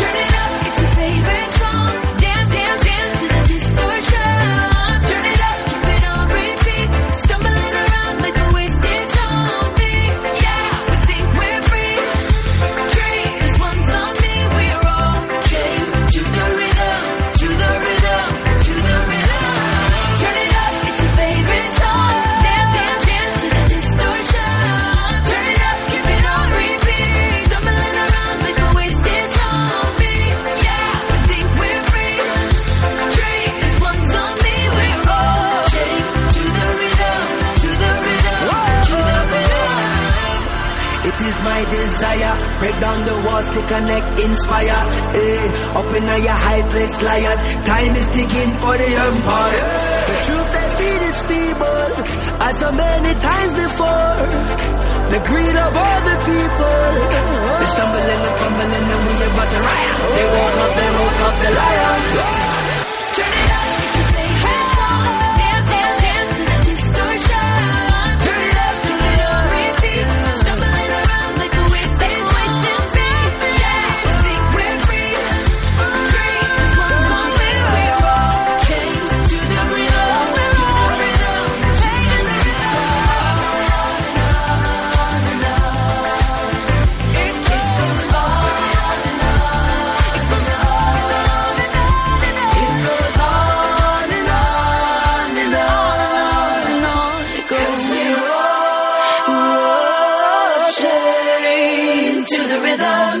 E: Turn it up, it's your favorite song. Dance, dance, dance to the distortion. Turn it up, keep it on repeat. Stumbling around like a wasted zombie. Yeah, we think we're free. Train is one's on me. We're all chained to the rhythm, to the rhythm, to the rhythm. Turn it up, it's your favorite song. Dance, dance, dance to the distortion. Turn it up, keep it on repeat. Stumbling around like a wasted zombie. Yeah, we think we're free. Train is one's on me. We're all chained to the rhythm, to the rhythm, to the rhythm.
H: It is my desire. Break down the walls to connect, inspire. Eh, up in your high place, lion. Time is ticking for the empire. The truth they feed is feeble, as so many times before. The greed of all the people. They stumble and they crumble and then we about to riot. They woke up, they woke up, the lions.
E: Turn it up, it's your favorite song. Dance, dance, dance to the distortion. Turn it up, keep it on repeat. Stumbling around like a wasted zombie. Yeah, we think we're free. Free is one's on me. We're all chained to the rhythm, to the rhythm, chained to the rhythm. It goes on and on. It goes on and on. It goes on and on and on and on and on. Cause we're all, all chained to the rhythm.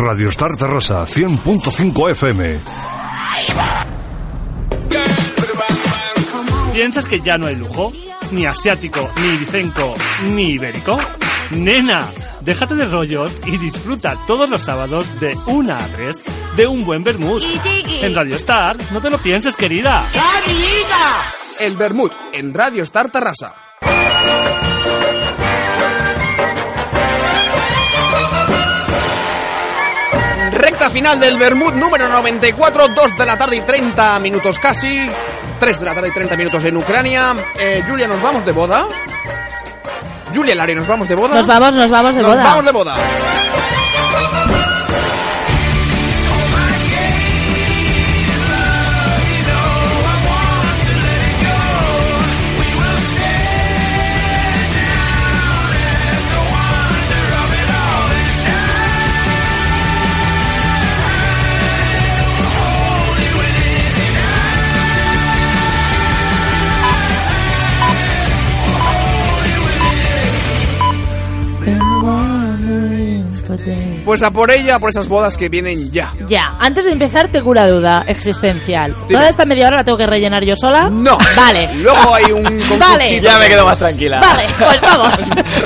G: Radio Star Terrassa 100.5 FM.
I: ¿Piensas que ya no hay lujo? Ni asiático, ni ibicenco, ni ibérico. Nena, déjate de rollos y disfruta todos los sábados de 1 a 3 de un buen vermut. En Radio Star, no te lo pienses, querida.
B: El Bermud en Radio Star Tarrasa. Recta final del Bermud número 94, 2 de la tarde y 30 minutos casi. 3 de la tarde y 30 minutos en Ucrania. Eh, Julia, nos vamos de boda. Julia Lari, nos vamos de boda.
A: Nos vamos, nos vamos de
B: Nos
A: boda.
B: vamos de boda. Pues a por ella, a por esas bodas que vienen ya.
A: Ya, antes de empezar tengo una duda existencial.
B: Dime.
A: ¿Toda esta media hora la tengo que rellenar yo sola?
B: No.
A: Vale.
B: Luego hay un
A: Vale.
D: Ya me quedo más tranquila.
A: Vale, pues vamos.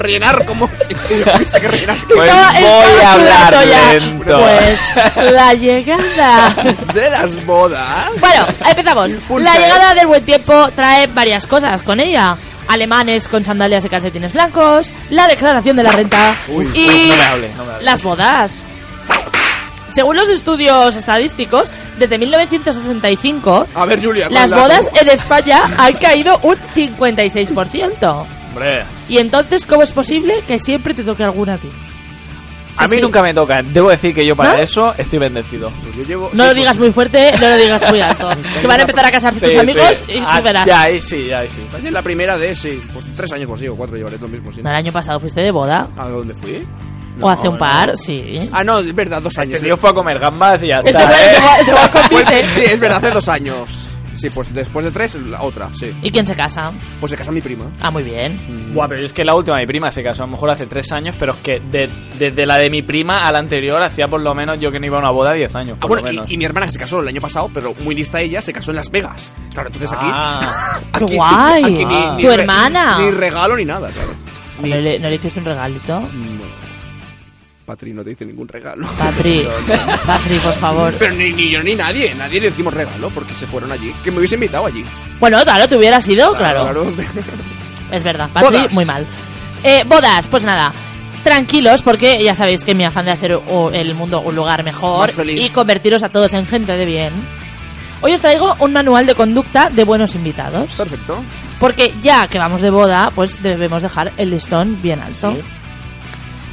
B: rellenar como si hubiese que rellenar.
D: Pues
A: Estaba-
D: voy
A: estaba
D: a hablar
A: sudando ya.
D: lento.
A: Pues la llegada.
B: De las bodas.
A: Bueno, empezamos.
B: Impulsa,
A: La
B: ¿eh?
A: llegada del buen tiempo trae varias cosas con ella. Alemanes con sandalias de calcetines blancos, la declaración de la renta
D: Uy,
A: y
D: uy, no me hable, no me hable.
A: las bodas. Según los estudios estadísticos, desde 1965
B: A ver, Julia. con
A: las
B: la-
A: bodas en España han caído un 56%.
D: Hombre.
A: Y entonces, ¿cómo es posible que siempre te toque alguna a ti?
D: A
A: Sí,
D: mí
A: sí.
D: nunca me tocan. Debo decir que yo para
A: ¿No?
D: eso estoy bendecido.
B: Yo llevo.
A: No lo digas muy fuerte, no lo digas muy alto. Que van a empezar a casarse tus
D: pues Sí,
A: amigos
D: sí.
A: y
D: Ah,
A: tú verás.
D: Ya, ahí sí, ya, ahí sí.
B: España es la primera de, sí, pues tres años consigo, cuatro llevaré lo mismo, sí.
A: No, El año pasado fuiste de boda.
B: ¿A dónde fui?
A: o hace un
B: no.
A: par, sí.
B: Ah, no, es verdad, dos años.
D: Este tío fue a comer gambas y ya
A: Este
D: está.
A: fue-
D: ¿eh?
A: se fue- se fue al
B: Fue-
A: compite.
B: Sí, es verdad, hace dos años. Sí, pues después de tres, la otra, sí.
A: ¿Y quién se casa?
B: Pues se casa mi prima.
A: Ah, muy
B: Mm.
A: bien.
D: Buah, pero es que la última, mi prima se casó a lo mejor hace tres años, pero es que de- desde la de mi prima a la anterior hacía por lo menos yo que no iba a una boda 10 años,
B: Ah,
D: por
B: bueno,
D: lo
B: y,
D: menos.
B: y mi hermana que se casó el año pasado, pero muy lista ella, se casó en Las Vegas. Claro, entonces aquí.
D: Ah,
A: ¡Qué
B: aquí-
A: guay!
B: aquí ni-
D: Ah.
B: ni
A: ¡Tu
B: re-
A: hermana!
B: Ni regalo ni nada, claro. Ni-
A: ¿No le, no le hiciste un regalito?
B: No. Patri no te hizo ningún regalo.
A: Patri, Patri, por favor.
B: Pero ni, ni yo ni nadie, nadie le hicimos regalo porque se fueron allí. Que me hubiese invitado allí.
A: Bueno, claro, te hubieras ido, Oh, claro.
B: claro.
A: Es verdad, Patri,
B: Bodas.
A: muy mal. Eh, bodas, pues nada. Tranquilos, porque ya sabéis que mi afán de hacer o- el mundo un lugar mejor
B: Más feliz.
A: y convertiros a todos en gente de bien. Hoy os traigo un manual de conducta de buenos invitados.
B: Perfecto.
A: Porque ya que vamos de boda, pues debemos dejar el listón bien alto.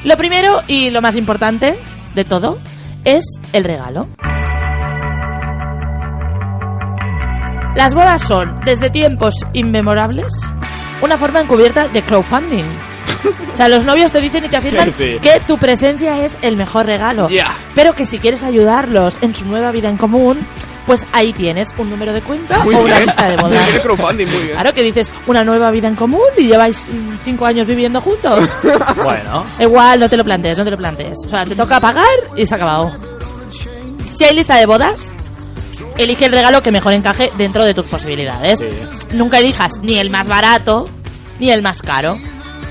A: Lo primero y lo más importante de todo es el regalo. Las bodas son, desde tiempos inmemorables, una forma encubierta de crowdfunding. O sea, los novios te dicen y te afirman
D: Sí, sí.
A: que tu presencia es el mejor regalo. Pero que si quieres ayudarlos en su nueva vida en común, pues ahí tienes un número de cuenta
B: Muy
A: o una
B: bien.
A: lista de
B: Muy
A: bodas.
B: bien, crowdfunding, muy bien.
A: Claro que dices una nueva vida en común y lleváis mm, cinco años viviendo juntos.
D: bueno.
A: Igual no te lo plantees, no te lo plantees. O sea, te toca pagar y se ha acabado. Si hay lista de bodas, elige el regalo que mejor encaje dentro de tus posibilidades.
D: Sí.
A: Nunca elijas ni el más barato ni el más caro.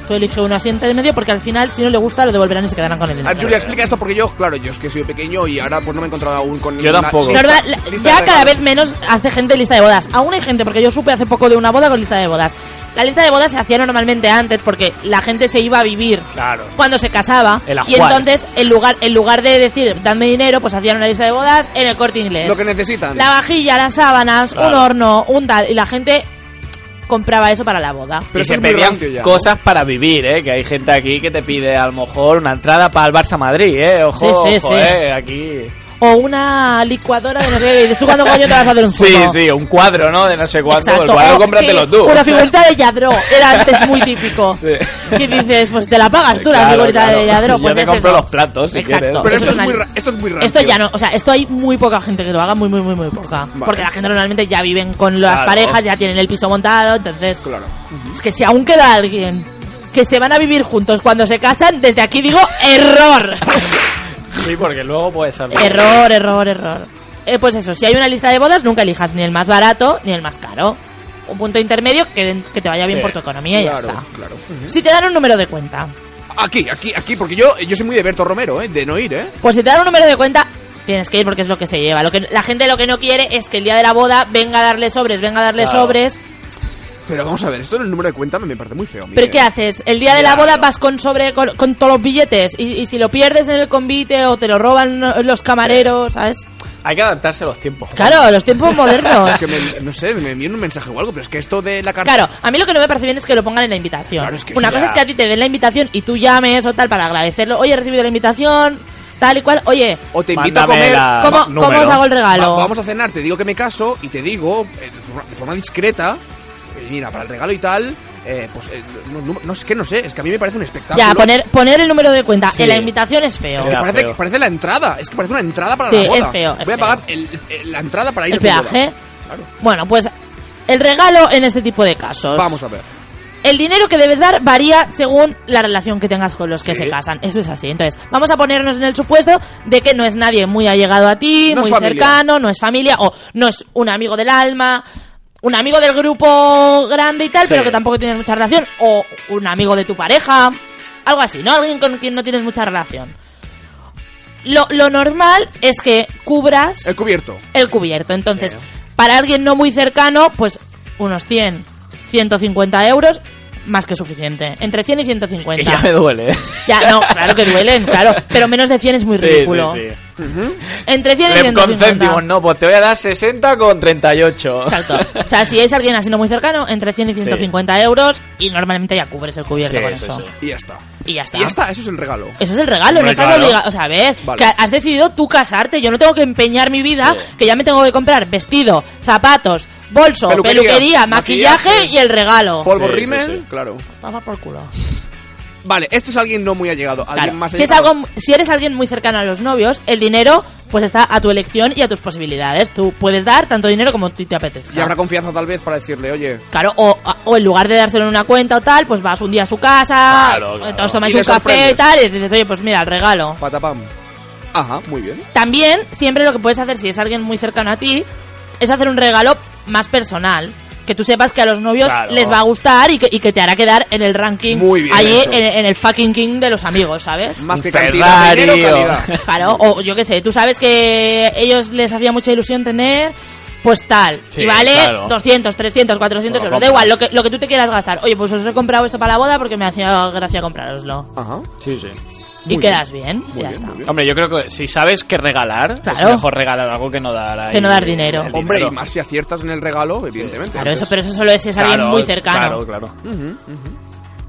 A: Tú elige uno así entre medio porque al final, si no le gusta, lo devolverán y se quedarán con el
B: A
A: dinero.
B: ver, Julia, explica esto porque yo, claro, yo es que soy pequeño y ahora pues no me he encontrado aún con
D: Yo tampoco.
A: Normal,
B: lista-
A: la-
B: lista
A: ya
B: de
A: cada vez
B: regalos.
A: menos hace gente lista de bodas. Aún hay gente, porque yo supe hace poco de una boda con lista de bodas. La lista de bodas se hacía normalmente antes porque la gente se iba a vivir
D: Claro.
A: cuando se casaba
D: El
A: y
D: ajuar.
A: entonces en lugar en lugar de decir dame dinero pues hacían una lista de bodas en el corte inglés
B: Lo que necesitan.
A: la vajilla las sábanas un
D: Claro.
A: horno un tal y la gente compraba eso para la boda
B: Pero
D: y
B: eso
D: se
B: es muy
D: pedían
B: rancio ya, ¿no?
D: cosas para vivir, ¿eh? Que hay gente aquí que te pide a lo mejor una entrada para el Barça Madrid, ¿eh? Ojo,
A: Sí, sí,
D: ojo,
A: sí.
D: ¿eh? Aquí.
A: o una licuadora de no sé qué y dices tú cuándo coño te vas a hacer un
D: Sí,
A: zumo?
D: sí, un cuadro, ¿no? De no sé cuánto. pues
A: Exacto.
D: El cuadro
A: O
D: cómpratelo
A: que
D: tú.
A: una figurita de Yadro era antes muy típico
D: Sí.
A: que dices pues te la pagas tú la
D: Claro,
A: figurita
D: claro.
A: de Yadro
D: Yo
A: pues
D: te
A: es
D: compro
A: eso.
D: los platos, si
A: Exacto.
D: quieres.
B: Pero
A: eso
B: esto es,
A: es
B: muy,
A: una-
B: ra- esto es muy raro.
A: Esto ya no, o sea, esto hay muy poca gente que lo haga, muy, muy, muy, muy poca. Porque la gente normalmente ya viven con las
D: Claro.
A: parejas, ya tienen el piso montado, entonces.
B: Claro.
A: Es que si aún queda alguien que se van a vivir juntos cuando se casan, desde aquí digo error.
D: Sí, porque luego puedes salir.
A: error, error, error. Eh, pues eso, si hay una lista de bodas, nunca elijas ni el más barato ni el más caro. Un punto intermedio que, den- que te vaya bien
D: Sí,
A: por tu economía y
B: claro,
A: ya está.
B: claro.
A: Si te dan un número de cuenta,
B: Aquí, aquí, aquí, porque yo, yo soy muy de Berto Romero, ¿eh? De no ir, ¿eh?
A: Pues si te dan un número de cuenta, tienes que ir porque es lo que se lleva. Lo que, la gente lo que no quiere es que el día de la boda venga a darle sobres, venga a darle
D: Claro.
A: sobres.
B: Pero vamos a ver, esto del número de cuenta me, me parece muy feo.
A: ¿Pero
B: Miguel.
A: qué haces? El día de la
D: Claro.
A: boda vas con sobre con, con todos los billetes y, y si lo pierdes en el convite o te lo roban eh, los camareros, ¿sabes?
D: Hay que adaptarse a los tiempos.
A: Claro, los tiempos modernos.
B: Que me- no sé, me envían un mensaje o algo, pero es que esto de la carta.
A: Claro, a mí lo que no me parece bien es que lo pongan en la invitación.
B: Claro, es que
A: Una
B: ya-
A: cosa es que a ti te den la invitación y tú llames o tal para agradecerlo. Oye, he recibido la invitación, tal y cual. Oye,
B: O te invito a
D: Mándame
B: comer.
D: la-
A: ¿cómo,
D: ma-
A: cómo
D: número.
A: os hago el regalo?
B: Ah, va- vamos a cenar, te digo que me caso y te digo, eh, de forma- de forma discreta, eh, mira, para el regalo y tal, eh, pues eh, no, no- no, es que no sé, es que a mí me parece un espectáculo.
A: Ya, poner, poner el número de cuenta
D: Sí.
A: en la invitación es feo.
B: Es que
D: Era
B: parece,
D: feo.
B: parece la entrada, es que parece una entrada para
A: Sí,
B: la boda.
A: es feo, es
B: Voy a
A: feo.
B: pagar el- el- la entrada para ir
A: el
B: a mi boda.
A: peaje.
B: Claro.
A: Bueno, pues el regalo en este tipo de casos.
B: Vamos a ver.
A: El dinero que debes dar varía según la relación que tengas con los que
B: Sí.
A: se casan. Eso es así. Entonces, vamos a ponernos en el supuesto de que no es nadie muy allegado a ti,
B: No es
A: muy
B: familia.
A: cercano, no es familia o no es un amigo del alma. Un amigo del grupo grande y tal,
D: Sí.
A: pero que tampoco tienes mucha relación. O un amigo de tu pareja. Algo así, ¿no? Alguien con quien no tienes mucha relación. Lo, lo normal es que cubras
B: El cubierto.
A: el cubierto. Entonces, para alguien no muy cercano, pues unos 100, 150 euros, más que suficiente. Entre 100 y 150.
D: ya me duele.
A: Ya, no, claro que duelen, claro. Pero menos de 100 es muy
D: Sí,
A: ridículo.
D: sí, sí.
A: Entre 100 y
D: Rep con
A: 150.
D: céntimos, no, pues te voy a dar 60 con 38.
A: Exacto. O sea, si es alguien así no muy cercano, entre 100 y 150 euros y normalmente ya cubres el cubierto
B: Sí,
A: con
B: sí,
A: eso.
B: sí. Y ya está.
A: Y ya está.
B: Y ya está, eso es el regalo.
A: Eso es el regalo, no
B: Hombre,
A: estás
B: claro.
A: obligado. O sea, a ver,
B: Vale.
A: que has decidido tú casarte. Yo no tengo que empeñar mi vida, que ya me tengo que comprar vestido, zapatos, bolso,
B: Peluquería,
A: peluquería, maquillaje,
B: maquillaje,
A: y el regalo.
B: Polvo rímel, claro.
A: Toma por culo.
B: Vale, esto es alguien no muy allegado. Alguien
A: Claro.
B: más
A: Si, es
B: allegado.
A: algo, si eres alguien muy cercano a los novios, el dinero pues está a tu elección y a tus posibilidades. Tú puedes dar tanto dinero como a ti te apetezca.
B: Y habrá confianza tal vez para decirle, oye,
A: Claro, o, o en lugar de dárselo en una cuenta o tal, pues vas un día a su casa,
B: Claro, claro.
A: entonces
B: Y
A: tomáis
B: le
A: un café
B: sorprendes.
A: y tal, y dices, oye, pues mira, el regalo.
B: patapam. Ajá, muy bien.
A: También, siempre lo que puedes hacer si es alguien muy cercano a ti, es hacer un regalo más personal. Que tú sepas que a los novios
D: Claro.
A: les va a gustar y que, y que te hará quedar en el ranking.
D: Muy bien
A: Allí
D: eso.
A: en, en el fucking king de los amigos, ¿sabes?
B: Más que
D: Ferrari,
B: cantidad, dinero,
D: o-
B: calidad.
A: Claro, o yo qué sé, tú sabes que ellos les hacía mucha ilusión tener, pues tal.
D: Sí,
A: y vale
D: claro.
A: 200, 300, 400
D: Te lo
A: euros. Da
D: compras.
A: igual, lo que, lo que tú te quieras gastar. Oye, pues os he comprado esto para la boda porque me hacía gracia comprároslo.
B: Ajá.
D: Sí, sí.
A: Y quedas bien, y ya
B: bien,
A: está.
D: Hombre, yo creo que si sabes qué regalar,
A: Claro.
D: es mejor regalar algo que no dar ahí
A: Que no dar dinero.
D: el
B: Hombre, y más si aciertas en el regalo, evidentemente.
A: Claro, eso, pero eso solo es si es alguien
D: Claro,
A: muy cercano.
D: Claro, claro.
B: Ujú, ujú.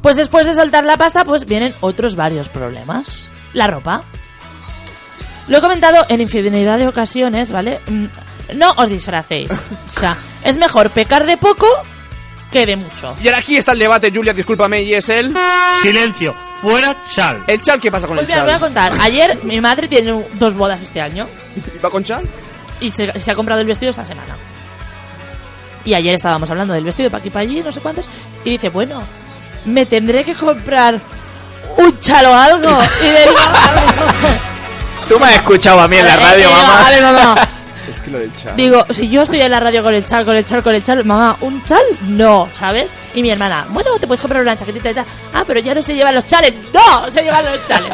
A: Pues después de soltar la pasta, pues vienen otros varios problemas. La ropa. Lo he comentado en infinidad de ocasiones, ¿vale? Mm, No os disfracéis. O sea, es mejor pecar de poco que de mucho.
B: Y ahora aquí está el debate, Julia, discúlpame, y es el...
I: Silencio, fuera chal.
B: ¿El chal? ¿Qué pasa con
A: Pues
B: el
A: mira,
B: chal?
A: os voy a contar. Ayer mi madre tiene un- dos bodas este año
B: ¿Va con chal?
A: y se, se ha comprado el vestido esta semana. Y ayer estábamos hablando del vestido para aquí, para allí, no sé cuántos. Y dice, bueno, me tendré que comprar un chal o algo. Y le digo,
D: Tú me has escuchado a mí en la
A: "Eh,
D: radio,
A: tío,
D: mamá.
A: A ver, mamá.
B: Es que lo del chal...
A: Digo, si yo estoy en la radio con el chal, con el chal, con el chal, mamá, ¿un chal? No, ¿sabes? Y mi hermana, bueno, te puedes comprar una chaquetita y tal. Ah, pero ya no se llevan los chales. No, se llevan los chales.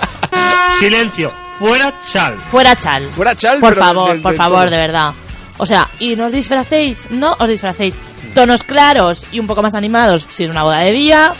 I: Silencio, fuera chal.
A: Fuera chal.
B: Fuera chal,
A: Por
B: pero
A: favor,
B: del-
A: por
B: del
A: favor,
B: todo.
A: de verdad. O sea, y no os disfracéis, no os disfracéis. Tonos claros y un poco más animados si es una boda de día.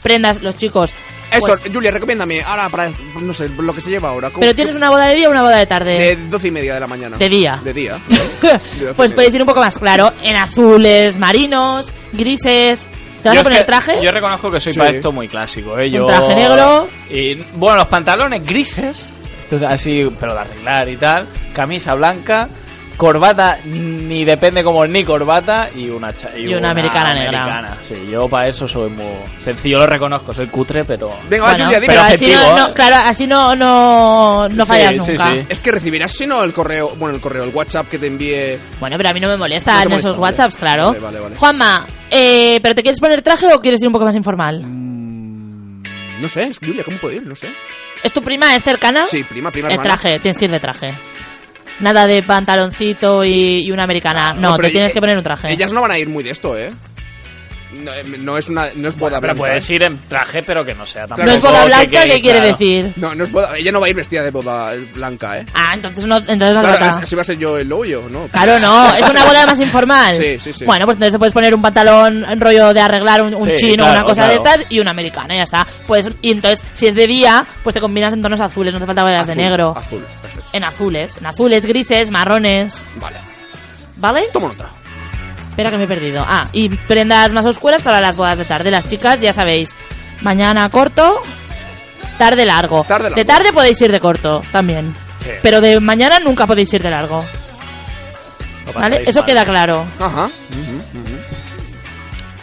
A: Prendas, los chicos.
B: Esto,
A: pues,
B: Julia, recomiéndame, ahora para, no sé, lo que se lleva ahora. ¿cómo-
A: pero tienes una boda de día o una boda de
B: De
A: tarde.
B: doce y media de la mañana.
A: De día.
B: De día. doce
A: pues
B: y
A: podéis
B: media.
A: ir un poco más claro. En azules, marinos, grises. ¿Te vas a
D: Yo es
A: poner
D: que-
A: traje?
D: Yo reconozco que soy
B: Sí.
D: para esto muy clásico, ¿eh?
A: Un
D: Yo,
A: traje negro.
D: Y, bueno, los pantalones grises, esto es así, pero de arreglar y tal. Camisa blanca, corbata, ni depende como ni corbata, y una, cha-
A: Y una americana negra.
D: americana. Sí, yo para eso soy muy sencillo, lo reconozco, soy cutre, pero.
B: Venga, va,
A: Bueno,
B: Ah, Julia, dime.
A: pero
D: Pero
A: así no,
D: objetivo,
A: no-
D: ¿eh?
A: claro, así no, no, no
D: Sí,
A: fallas
D: sí,
A: nunca.
D: sí.
B: Es que recibirás, si no, el correo, bueno, el correo, el WhatsApp que te envíe...
A: Bueno, pero a mí no me
B: No
A: molesta
B: te
A: en
B: molesta,
A: esos
B: vale.
A: WhatsApps, claro.
B: Vale, vale, vale.
A: Juanma, eh, ¿pero te quieres poner traje o quieres ir un poco más informal?
B: Mm, No sé, es- Julia, ¿cómo puede ir? No sé.
A: ¿Es tu prima? ¿Es cercana?
B: Sí, prima, prima
A: ¿Ah? El
B: hermana.
A: traje, tienes que ir de traje. Nada de pantaloncito y, y una americana. No,
B: No, pero
A: te tienes
B: e-
A: que poner un traje.
B: Ellas no van a ir muy de esto, ¿eh. No, eh, no es una... No es boda
D: Pero
B: blanca. ¿eh?
A: pues
D: puedes ir en traje, pero que no sea tampoco.
A: no es boda
D: que
A: blanca,
D: quede
A: ¿qué quiere
D: claro.
A: decir?
B: No, no es boda... Ella no va a ir vestida de boda blanca, ¿eh?
A: Ah, entonces no, entonces no trata.
B: Claro, es que si va a ser yo el hoyo, ¿no?
A: Claro, no, es una boda más informal.
B: Sí, sí, sí.
A: Bueno, pues entonces te puedes poner un pantalón en rollo de arreglar un, un
D: Sí,
A: chino,
D: claro,
A: una cosa de
D: claro.
A: estas y una americana, ya está. Pues, y entonces, si es de día, pues te combinas en tonos azules, no hace falta que vayas de
B: Azul,
A: negro.
B: Azul, perfecto.
A: En azules, en azules, grises, marrones,
B: Vale.
A: ¿vale?
B: Toma otra.
A: Espera que me he perdido. Ah, y prendas más oscuras para las bodas de tarde. Las chicas, ya sabéis, mañana corto, tarde largo.
B: Tarde largo.
A: De tarde podéis ir de corto también. Pero de mañana nunca podéis ir de largo,
D: Lo
A: ¿vale?
D: pasáis
A: Eso
D: mal.
A: queda claro.
B: Ajá. Ujú, ujú. Más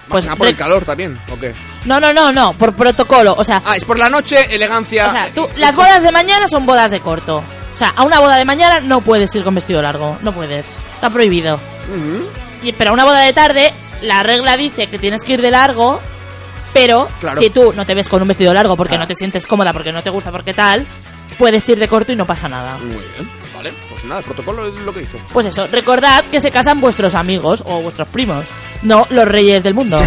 A: Pues
B: que nada por el
A: re-
B: calor también, ¿o qué?
A: No, no, no, no, por protocolo. O sea,
B: Ah, es por la noche, elegancia. Eh,
A: o sea tú, las bodas de mañana son bodas de corto. O sea, a una boda de mañana no puedes ir con vestido largo. No puedes. Está prohibido.
B: Ujú.
A: Y- pero a una boda de tarde, la regla dice que tienes que ir de largo. Pero
B: Claro.
A: si tú no te ves con un vestido largo porque no te sientes cómoda, porque no te gusta, porque tal, puedes ir de corto y no pasa nada.
B: Muy bien. Vale, pues nada, el protocolo es lo que hizo.
A: Pues eso, recordad que se casan vuestros amigos o vuestros primos, no los reyes del mundo. O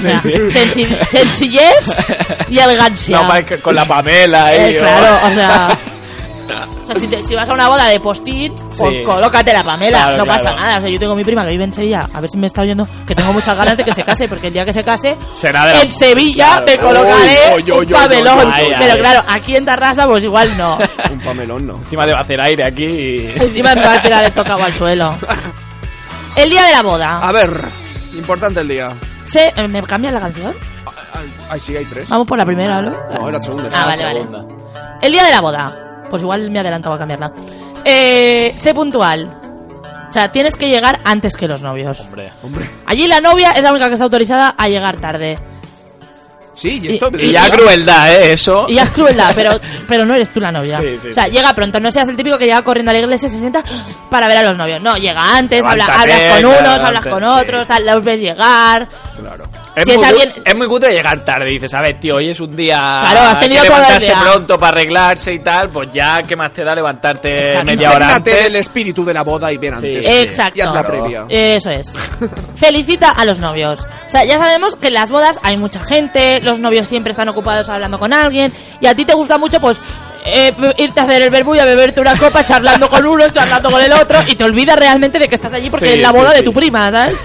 A: sea,
D: sí.
A: sensi- sencillez y elegancia.
D: No, pa- con la Pamela
A: Eh,
D: ahí, o-
A: claro, o sea. sea, si, te- si vas a una boda de postín,
D: Sí.
A: pues colócate la Pamela,
D: Claro,
A: no
D: claro.
A: pasa nada. O sea, yo tengo mi prima que vive en Sevilla, a ver si me está oyendo, que tengo muchas ganas de que se case, porque el día que se case,
D: Será de la-
A: en Sevilla
D: Claro.
A: me colocaré
B: Oy, oy, oy,
A: un
B: oy, oy,
A: pabellón.
B: oy,
D: oy, oy.
A: Pero claro, aquí en Tarrasa, pues igual no.
B: Un pamelón, no.
D: Encima de hacer aire aquí y...
A: Encima me va a tirar el tocado al suelo. El día de la boda.
B: A ver, importante el día.
A: ¿Se, eh, ¿Me cambia la canción?
B: Ay, ay, sí, hay tres.
A: Vamos por la primera, ¿no?
B: No, era la segunda.
A: Ah, vale, vale. El día de la boda. Pues igual me adelantaba a cambiarla. Eh, sé puntual. O sea, tienes que llegar antes que los novios.
D: Hombre.
A: Allí la novia es la única que está autorizada a llegar tarde.
B: Sí, y esto.
D: Y ya crueldad, ¿eh? Eso.
A: Y ya es crueldad, pero, pero no eres tú la novia.
D: Sí, sí,
A: o sea,
D: sí.
A: llega pronto, no seas el típico que llega corriendo a la iglesia y se sienta para ver a los novios. No, llega antes, habla-
D: Levántate,
A: hablas con unos,
D: levántate,
A: hablas con
D: sí.
A: otros, tal, los ves llegar.
B: Claro.
D: Es,
A: Si
D: muy
A: está
D: cut-
A: bien-
D: es muy cutre llegar tarde. Dices, a ver, tío, hoy es un día.
A: Claro, has
D: hay que
A: tenido todo el
D: levantarse
A: día.
D: pronto para arreglarse y tal. Pues ya, ¿qué más te da levantarte
A: Exacto.
D: media hora
B: Impregnate
D: antes?
B: el espíritu de la boda y ven
D: Sí,
B: antes.
D: sí.
A: Exacto. Eh,
B: Y haz la previa.
A: Eso es. Felicita a los novios. O sea, ya sabemos que en las bodas hay mucha gente, los novios siempre están ocupados hablando con alguien, y a ti te gusta mucho, pues, eh, irte a hacer el verbo y a beberte una copa, charlando con uno, charlando con el otro, y te olvidas realmente de que estás allí porque
D: Sí,
A: es la
D: sí,
A: boda de
D: sí.
A: tu prima, ¿sabes?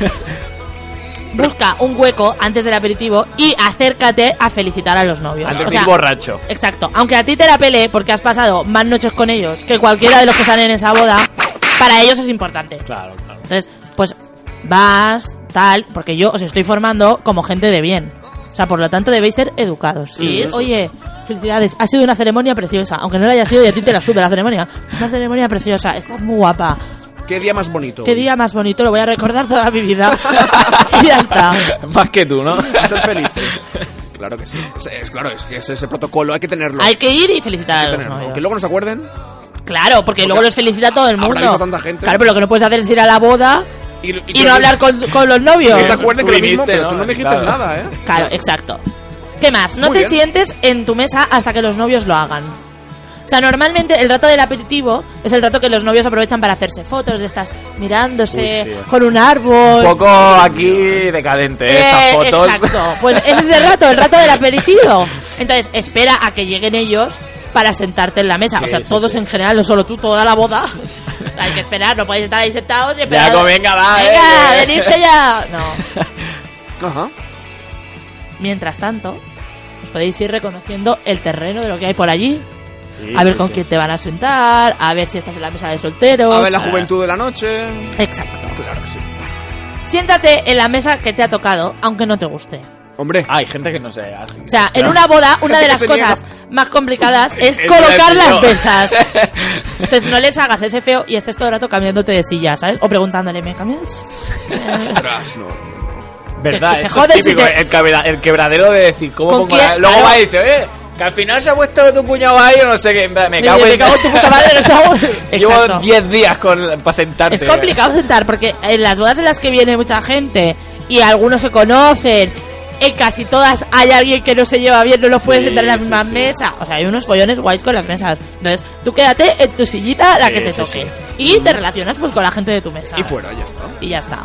A: Busca un hueco antes del aperitivo y acércate a felicitar a los novios.
D: Al
A: O
D: dormir
A: sea,
D: borracho.
A: Exacto. Aunque a ti te la pele porque has pasado más noches con ellos que cualquiera de los que están en esa boda, para ellos es importante.
D: Claro, claro.
A: Entonces, pues vas, tal, porque yo os estoy formando como gente de bien. O sea, por lo tanto debéis ser educados.
D: Sí,
A: Sí,
D: eso
A: oye, felicidades, ha sido una ceremonia preciosa, aunque no la haya sido y a ti te la sube la ceremonia. Una ceremonia preciosa, estás muy guapa.
B: ¿Qué día más bonito?
A: Qué día más bonito, lo voy a recordar toda mi vida. y ya está.
D: Más que tú, ¿no?
B: A ser felices. Claro que sí. Es, es- claro, es que es ese protocolo, hay que tenerlo.
A: Hay que ir y felicitar
B: Hay
A: a
B: que
A: los
B: tenerlo.
A: novios.
B: Que luego nos acuerden
A: Claro, porque luego los felicita todo el
B: habrá
A: mundo.
B: visto tanta gente.
A: Claro, pero lo que no puedes hacer es ir a la boda
B: y, y
A: y
B: que-
A: no hablar con, con los novios.
B: Que se acuerden
D: Tú
B: que lo mismo,
D: viniste,
B: pero
D: ¿no?
B: tú no me dijiste
D: Claro.
B: nada, ¿eh?
A: Claro, exacto. ¿Qué más? No
B: Muy bien.
A: te sientes en tu mesa hasta que los novios lo hagan. O sea, normalmente el rato del aperitivo es el rato que los novios aprovechan para hacerse fotos de estas mirándose
D: Uy, sí.
A: con un
D: Un
A: árbol.
D: poco aquí decadente, ¿eh?
A: Eh,
D: Estas fotos.
A: Exacto. Pues ese es el rato, el rato del aperitivo. Entonces, espera a que lleguen ellos para sentarte en la mesa.
D: Sí,
A: o sea,
D: sí,
A: todos
D: sí.
A: en general, no solo tú, toda la boda. Hay que esperar, no podéis estar ahí sentados y esperar.
D: Ya, venga, va, eh,
A: Venga,
D: eh.
A: venirse ya. No.
B: Ajá.
A: Mientras tanto, os podéis ir reconociendo el terreno de lo que hay por allí.
D: Sí,
A: a ver
D: sí,
A: con
D: sí.
A: quién te van a sentar, a ver si estás en la mesa de solteros.
B: A ver la juventud de la noche.
A: Exacto.
B: Claro que sí.
A: Siéntate en la mesa que te ha tocado, aunque no te guste.
B: Hombre,
D: Ah, Hay gente que no se hace.
A: O sea, en una boda, una de
B: Que
A: las
B: se
A: cosas más complicadas es
D: Es
A: colocar
D: divertido.
A: las mesas. Entonces no les hagas ese feo y estés todo el rato cambiándote de silla, ¿sabes? O preguntándole, ¿me cambias? Ah.
B: ostras, no.
D: ¿Verdad?
A: que te
D: eso
A: jodes
D: es típico,
A: y te-
D: el, quebra- el quebradero de decir, ¿cómo
A: ¿Con
D: pongo
A: quién?
D: la- Luego
A: Claro.
D: va y dice, eh, que al final se ha puesto tu cuñado ahí o no sé qué. en plan, Me
A: Oye,
D: cago en
A: me cago en tu puta madre, no estamos-
D: Llevo
A: Exacto.
D: 10 días con... para sentarte.
A: Es complicado sentar porque en las bodas en las que viene mucha gente y algunos se conocen, en casi todas hay alguien que no se lleva bien, no lo
D: Sí,
A: puedes sentar en la
D: sí,
A: misma
D: sí.
A: mesa. O sea, hay unos follones guays con las mesas. Entonces, tú quédate en tu sillita la
D: Sí,
A: que te
D: sí,
A: toque.
D: sí.
A: Y te relacionas pues con la gente de tu mesa.
B: Y fuera, ya está.
A: Y ya está.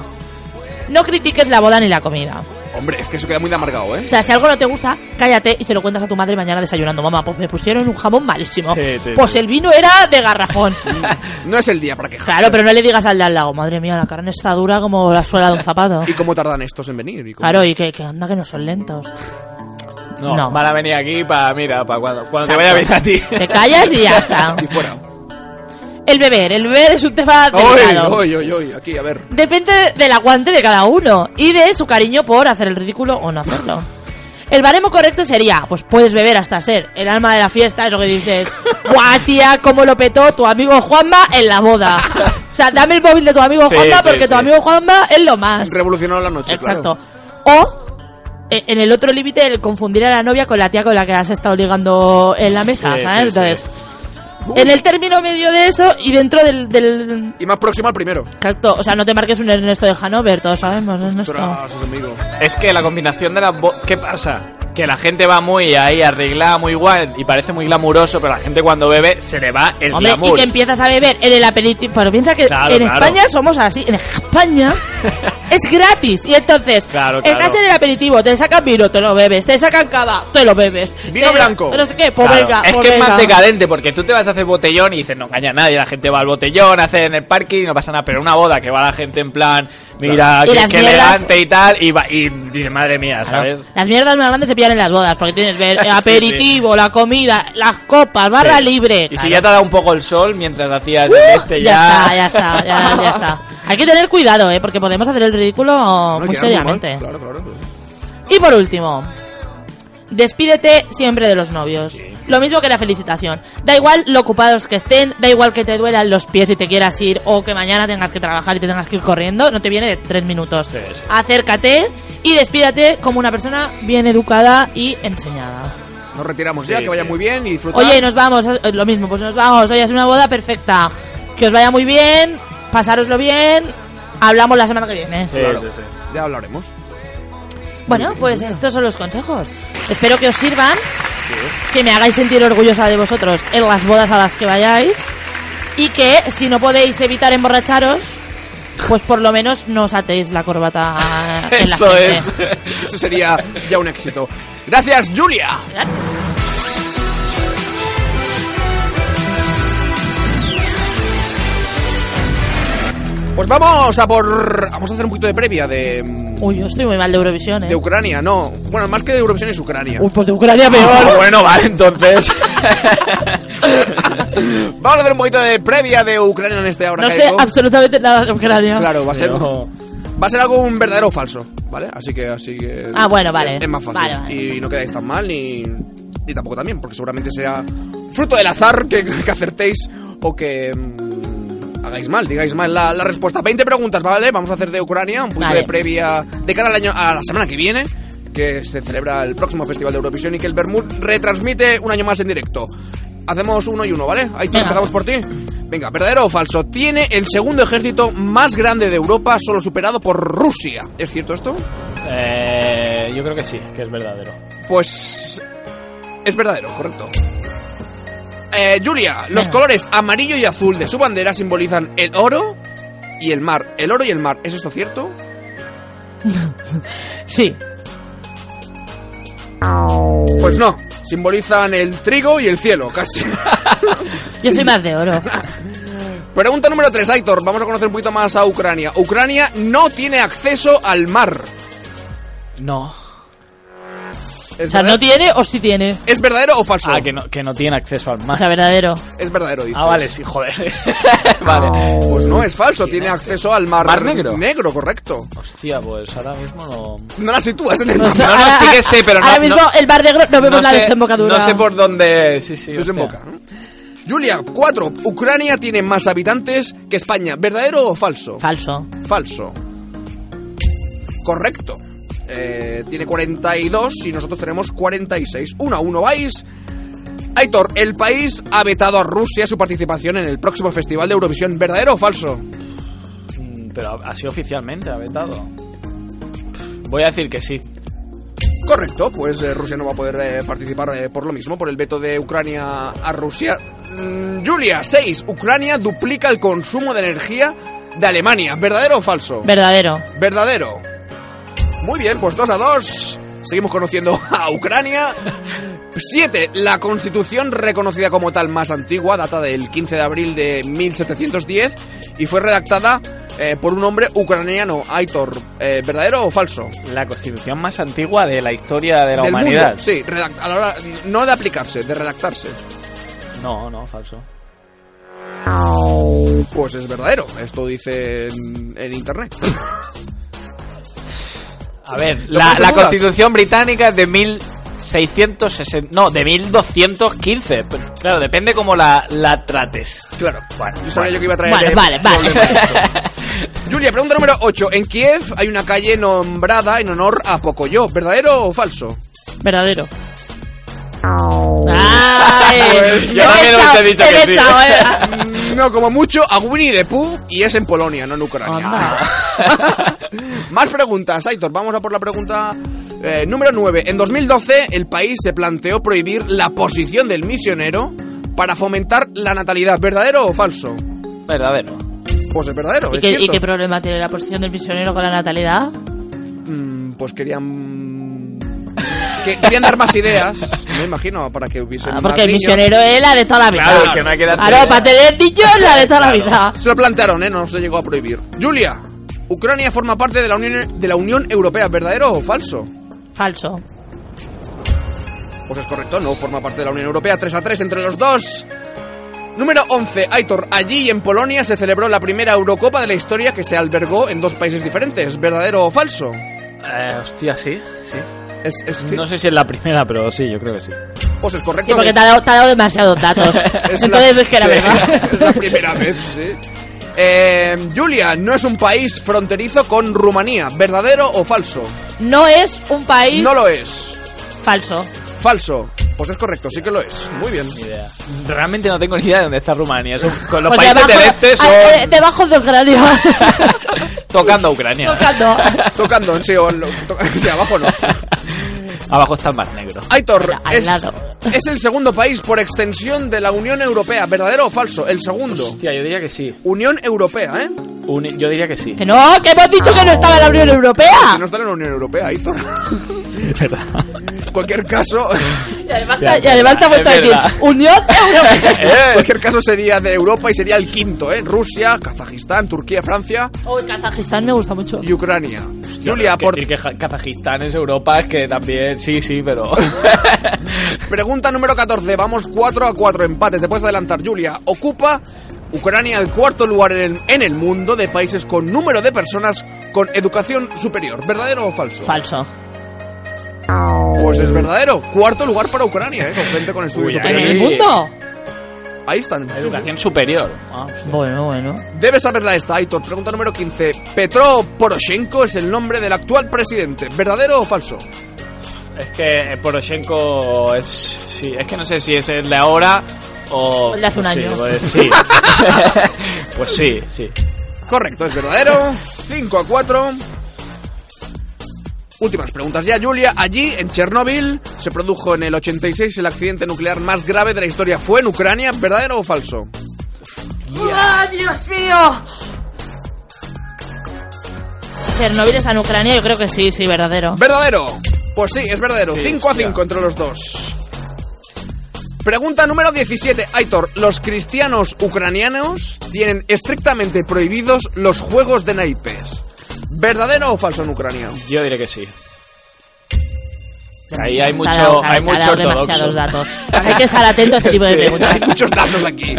A: No critiques la boda ni la comida.
B: Hombre, es que eso queda muy de amargado, ¿eh?
A: O sea, si algo no te gusta, cállate y se lo cuentas a tu madre mañana desayunando. Mamá, pues me pusieron un jamón malísimo.
D: Sí, sí,
A: pues
D: sí.
A: el vino era de garrafón.
B: No es el día para quejarse.
A: Claro, pero no le digas al de al lado, madre mía, la carne está dura como la suela de un zapato.
B: ¿Y cómo tardan estos en venir? ¿Y cómo-
A: Claro, y que, que anda que no son lentos.
D: No,
A: No.
D: van a venir aquí para, mira, para cuando, cuando te vaya bien a ti.
A: Te callas y ya está.
B: Y fuera.
A: El beber, el beber es un tema delicado.
B: Oy, oy, oy, oy, Aquí, a ver.
A: Depende del aguante de cada uno y de su cariño por hacer el ridículo o no hacerlo. El baremo correcto sería, pues puedes beber hasta ser el alma de la fiesta, eso que dices, guau tía, cómo lo petó tu amigo Juanma en la boda. O sea, dame el móvil de tu amigo
D: Sí,
A: Juanma
D: sí,
A: porque tu
D: sí.
A: amigo Juanma es lo más.
B: Revolucionó la noche,
A: Exacto.
B: claro.
A: O eh, en el otro límite, el confundir a la novia con la tía con la que has estado ligando en la mesa,
D: Sí,
A: ¿sabes?
D: sí,
A: Entonces, en el término medio de eso y dentro del, del.
B: Y más próximo al primero.
A: Exacto. O sea, no te marques un Ernesto de Hanover, todos sabemos, Ernesto. Oh,
B: Ostras, amigo.
D: Es que la combinación de las... bo- ¿Qué pasa? que la gente va muy ahí arreglada, muy guay y parece muy glamuroso, pero la gente cuando bebe se le va el
A: Hombre, y
D: glamour.
A: que empiezas a beber en el aperitivo. Pero piensa que
D: Claro,
A: en
D: claro.
A: España somos así. En España es gratis. Y entonces,
D: Claro, claro.
A: estás en el aperitivo, te sacan vino, te lo bebes. Te sacan cava, te lo bebes.
B: Vino
A: Te-
B: blanco.
A: No sé qué, pues
D: Claro,
A: venga,
D: es
A: pues
D: que es
A: venga.
D: más decadente porque tú te vas a hacer botellón y dices, no engaña a nadie, la gente va al botellón, hace en el parking y no pasa nada, pero una boda que va la gente en plan, mira,
A: Claro. Y
D: qué,
A: las
D: qué
A: mierdas-
D: elegante y tal, y, va, y dice, madre mía, ¿sabes?
A: Las mierdas más grandes se pillan en las bodas, porque tienes ver- el
D: Sí,
A: aperitivo, la comida, las copas, barra
D: Sí.
A: libre.
D: Y
A: claro.
D: si ya te ha dado un poco el sol mientras hacías el este, ya.
A: ya. está, ya está, ya, ya está. Hay que tener cuidado, ¿eh? porque podemos hacer el ridículo
B: No, queda muy
A: muy
B: mal,
A: seriamente.
B: Claro, claro. claro.
A: Y por último, despídete siempre de los novios. Lo mismo que la felicitación. Da igual lo ocupados que estén, da igual que te duelan los pies y te quieras ir o que mañana tengas que trabajar y te tengas que ir corriendo, no te viene de tres minutos.
D: sí.
A: Acércate y despídate como una persona bien educada y enseñada.
B: Nos retiramos
D: Sí,
B: ya, que vaya
D: sí.
B: muy bien y disfrutar.
A: Oye, nos vamos, eh, lo mismo, pues nos vamos, oye, es una boda perfecta. Que os vaya muy bien, pasároslo bien, hablamos la semana que viene.
D: Sí,
B: Claro.
D: sí, sí.
B: Ya hablaremos.
A: Bueno, pues estos son los consejos. Espero que os sirvan, que me hagáis sentir orgullosa de vosotros en las bodas a las que vayáis y que si no podéis evitar emborracharos, pues por lo menos no os atéis la corbata en la
D: Eso
A: gente.
D: es.
B: Eso sería ya un éxito. Gracias, Julia. Pues vamos a por. Vamos a hacer un poquito de previa de. mm,
A: Uy, yo estoy muy mal de Eurovisión,
B: De
A: ¿eh?
B: Ucrania, no. Bueno, más que de Eurovisión es Ucrania.
A: Uy, pues de Ucrania
D: Ah,
A: peor.
D: bueno, vale, entonces.
B: Vamos a hacer un poquito de previa de Ucrania en este ahora.
A: No
B: que
A: sé
B: hay co-
A: absolutamente nada de Ucrania.
B: Claro, va a ser.
D: Pero-
B: Va a ser algo un verdadero o falso, ¿vale? Así que, así que.
A: Ah, bueno, vale.
B: Es más fácil.
A: Vale, vale.
B: Y no quedáis tan mal ni. Y tampoco también, porque seguramente será fruto del azar que, que acertéis o que. mm, hagáis mal, digáis mal la, la respuesta. 20 preguntas, ¿vale? Vamos a hacer de Ucrania, un poquito
A: Vale.
B: de previa de cara al año, a la semana que viene, que se celebra el próximo Festival de Eurovisión y que el Bermud retransmite un año más en directo. Hacemos uno y uno, ¿vale? Ahí
A: Venga.
B: empezamos por ti. Venga, ¿verdadero o falso? Tiene el segundo ejército más grande de Europa, solo superado por Rusia. ¿Es cierto esto?
D: Eh, yo creo que sí, que es verdadero.
B: Pues es verdadero, correcto. Eh, Julia, los
A: Venga.
B: colores amarillo y azul de su bandera simbolizan el oro y el mar. El oro y el mar, ¿es esto cierto?
A: Sí.
B: Pues no, simbolizan el trigo y el cielo, casi.
A: Yo soy más de oro.
B: Pregunta número 3, Aitor, vamos a conocer un poquito más a Ucrania. Ucrania no tiene acceso al mar.
D: No.
B: ¿Es,
A: O sea,
B: verdad-
A: no tiene o sí tiene.
B: ¿Es verdadero o falso?
D: Ah, que no, que no tiene acceso al
A: O
D: mar.
A: sea, verdadero.
B: Es verdadero, dice.
D: Ah, vale, sí, joder. vale.
B: Pues no, es falso, tiene acceso al mar,
D: ¿Mar negro?
B: Negro, correcto.
D: Hostia, pues ahora mismo no.
B: No la sitúas en el
A: O
B: mar.
A: sea,
D: no, sí que sé, pero no-
A: Ahora
D: no-
A: mismo el bar de Gro- no vemos la
D: sé-
A: desembocadura.
D: No sé por dónde. Sí, sí. hostia.
B: Desemboca. ¿no? Julia, 4. Ucrania tiene más habitantes que España. ¿Verdadero o falso?
A: Falso.
B: falso. Correcto. Eh, tiene 42 y nosotros tenemos 46. 1 a 1 vais. Aitor, el país ha vetado a Rusia su participación en el próximo Festival de Eurovisión. ¿Verdadero o falso?
D: Mm, Pero así oficialmente ha vetado. Voy a decir que sí.
B: Correcto, pues eh, Rusia no va a poder eh, participar eh, por lo mismo, por el veto de Ucrania a Rusia. Mm, Julia, 6. Ucrania duplica el consumo de energía de Alemania. ¿Verdadero o falso?
A: Verdadero.
B: Verdadero. Muy bien, pues 2 a 2. Seguimos conociendo a Ucrania. 7. La constitución reconocida como tal más antigua data del 15 de abril de 1710 y fue redactada eh, por un hombre ucraniano, Aitor. Eh, ¿Verdadero o falso?
D: La constitución más antigua de la historia de la
B: del
D: humanidad.
B: mundo. Sí, redact- a la hora, no de aplicarse, de redactarse.
D: No, no, falso.
B: Pues es verdadero, esto dice en, en internet.
D: A ver,
B: ¿Lo
D: la,
B: pones en
D: la
B: dudas?
D: constitución británica es de 1660. No, de 1215. Pero, claro, depende cómo la, la trates.
B: Claro.
D: Bueno,
B: Yo sabía yo que iba a traer.
A: Vale,
B: eh,
A: vale, vale.
B: problemas esto. Julia, pregunta número 8. En Kiev hay una calle nombrada en honor a Pocoyo. ¿Verdadero o falso?
A: Verdadero. ¡Ay!
D: Pues yo
A: He
D: también
A: echado,
D: hubiese dicho
A: he
D: que sí.
A: echado, eh.
B: Mm, No, como mucho a Winnie the Pooh y es en Polonia, no en Ucrania. Más preguntas, Aitor. Vamos a por la pregunta Eh, número 9. En 2012 el país se planteó prohibir la posición del misionero para fomentar la natalidad. ¿Verdadero o falso?
D: Verdadero.
B: Pues es verdadero.
A: ¿Y
B: es
A: qué, y
B: cierto.
A: qué problema tiene la posición del misionero con la natalidad?
B: Mm, pues querían... que- querían dar más ideas, me imagino, para que hubiese...
A: Ah,
B: más
A: porque el
B: niños.
A: misionero es la de toda la vida.
D: Claro, que no hay que dar
A: Claro, para tener niños la de toda la vida.
B: Se lo plantearon, ¿eh? No se llegó a prohibir. Julia, Ucrania forma parte de la Unión, de la Unión Europea, ¿verdadero o falso?
A: Falso.
B: Pues es correcto, no forma parte de la Unión Europea. 3 a 3 entre los dos. Número 11, Aitor. Allí en Polonia se celebró la primera Eurocopa de la historia que se albergó en dos países diferentes. ¿Verdadero o falso?
D: Eh, hostia, sí, sí.
B: Es, es-
D: No sé si es la primera, pero sí, yo creo que sí.
B: Pues es correcto.
A: Sí, porque
B: es-
A: te ha dado, te ha dado demasiados datos.
B: Es
A: Entonces
B: la-
A: es que era
B: sí,
A: verdad.
B: Es la primera vez, sí. Eh, Julia, no es un país fronterizo con Rumanía. ¿Verdadero o falso?
A: No es un país
B: No lo es.
A: falso.
B: Falso. Pues es correcto, sí que lo es. Muy bien.
D: Realmente no tengo ni idea de dónde está Rumania. Son- con los
A: Pues
D: países
A: debajo-
D: del este son
A: ah, eh, debajo de Ucrania. eh,
D: tocando a Ucrania. ¿eh?
A: Tocando.
B: Tocando, en sí, o en lo- to- sí, abajo no.
D: Abajo está el Mar Negro.
B: Aitor,
A: Al
B: es,
A: lado.
B: es el segundo país por extensión de la Unión Europea. ¿Verdadero o falso? El segundo.
D: Hostia, yo diría que sí.
B: Unión Europea, ¿eh?
D: Uni- yo diría que sí.
A: Que no, que hemos dicho que no estaba en la Unión
B: Si
A: Europea.
B: no está en la Unión Europea, Aitor.
D: verdad.
B: En cualquier caso,
A: Y además,
D: Hostia,
A: te- y además te ha
D: es
A: vuelto a decir
D: verdad.
A: Unión Europea.
D: Eh.
B: en cualquier caso sería de Europa y sería el quinto, ¿eh? Rusia, Kazajistán, Turquía, Francia
A: Oh, Kazajistán me gusta mucho.
B: y Ucrania. Julia, por-
D: decir que Ja- Kazajistán es Europa, es que también. Sí, sí, pero.
B: Pregunta número 14. Vamos 4 a 4. Empate. Te puedes adelantar, Julia. Ocupa Ucrania el cuarto lugar en el, en el mundo de países con número de personas con educación superior. ¿Verdadero o falso?
A: Falso.
B: pues es verdadero. Cuarto lugar para Ucrania, ¿eh? Con gente con estudios
D: Uy,
A: ¿En
D: ahí.
B: superiores.
A: el mundo?
B: Ahí están.
D: Educación superior. Ah, hostia.
A: Bueno, bueno.
B: Debes saberla esta, Aitor. Pregunta número 15. Petro Poroshenko es el nombre del actual presidente. ¿Verdadero o falso?
D: Es que eh, Poroshenko es. Sí, es que no sé si es el de ahora o.
A: El de hace un
D: pues sí,
A: año.
D: pues sí. pues sí, sí.
B: Correcto, es verdadero. 5 a 4. Últimas preguntas ya, Julia. Allí, en Chernóbil, se produjo en el 86 el accidente nuclear más grave de la historia. ¿Fue en Ucrania? ¿Verdadero o falso?
A: ¡Ah, Dios mío! Chernobyl está en Ucrania, yo creo que sí, sí, verdadero.
B: ¡Verdadero! Pues sí, es verdadero.
D: Sí,
B: 5 a
D: hostia.
B: 5 entre los dos. Pregunta número 17. Aitor, los cristianos ucranianos tienen estrictamente prohibidos los juegos de naipes. ¿Verdadero o falso en Ucrania?
D: Yo diré que sí. Ahí hay mucho,
A: Te ha dado-
D: hay
A: te ha
D: mucho
A: dado
D: ortodoxo.
A: demasiados datos. Hay que estar atento a este tipo de
D: Sí.
A: preguntas.
B: Pues Hay muchos datos aquí.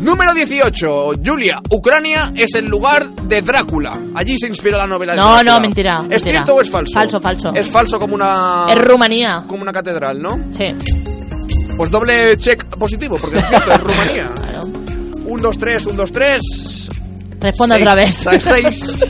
B: Número 18. Julia, Ucrania es el lugar de Drácula. Allí se inspiró la novela de
A: No,
B: Drácula.
A: no, mentira,
B: ¿Es
A: mentira.
B: cierto o es falso?
A: Falso, falso.
B: Es falso como una.
A: Es Rumanía.
B: como una catedral, ¿no?
A: Sí,
B: Pues doble check positivo, porque es cierto, es Rumanía.
A: claro.
B: 1, 2, 3, 1, 2, 3.
A: Responde otra vez.
B: 6.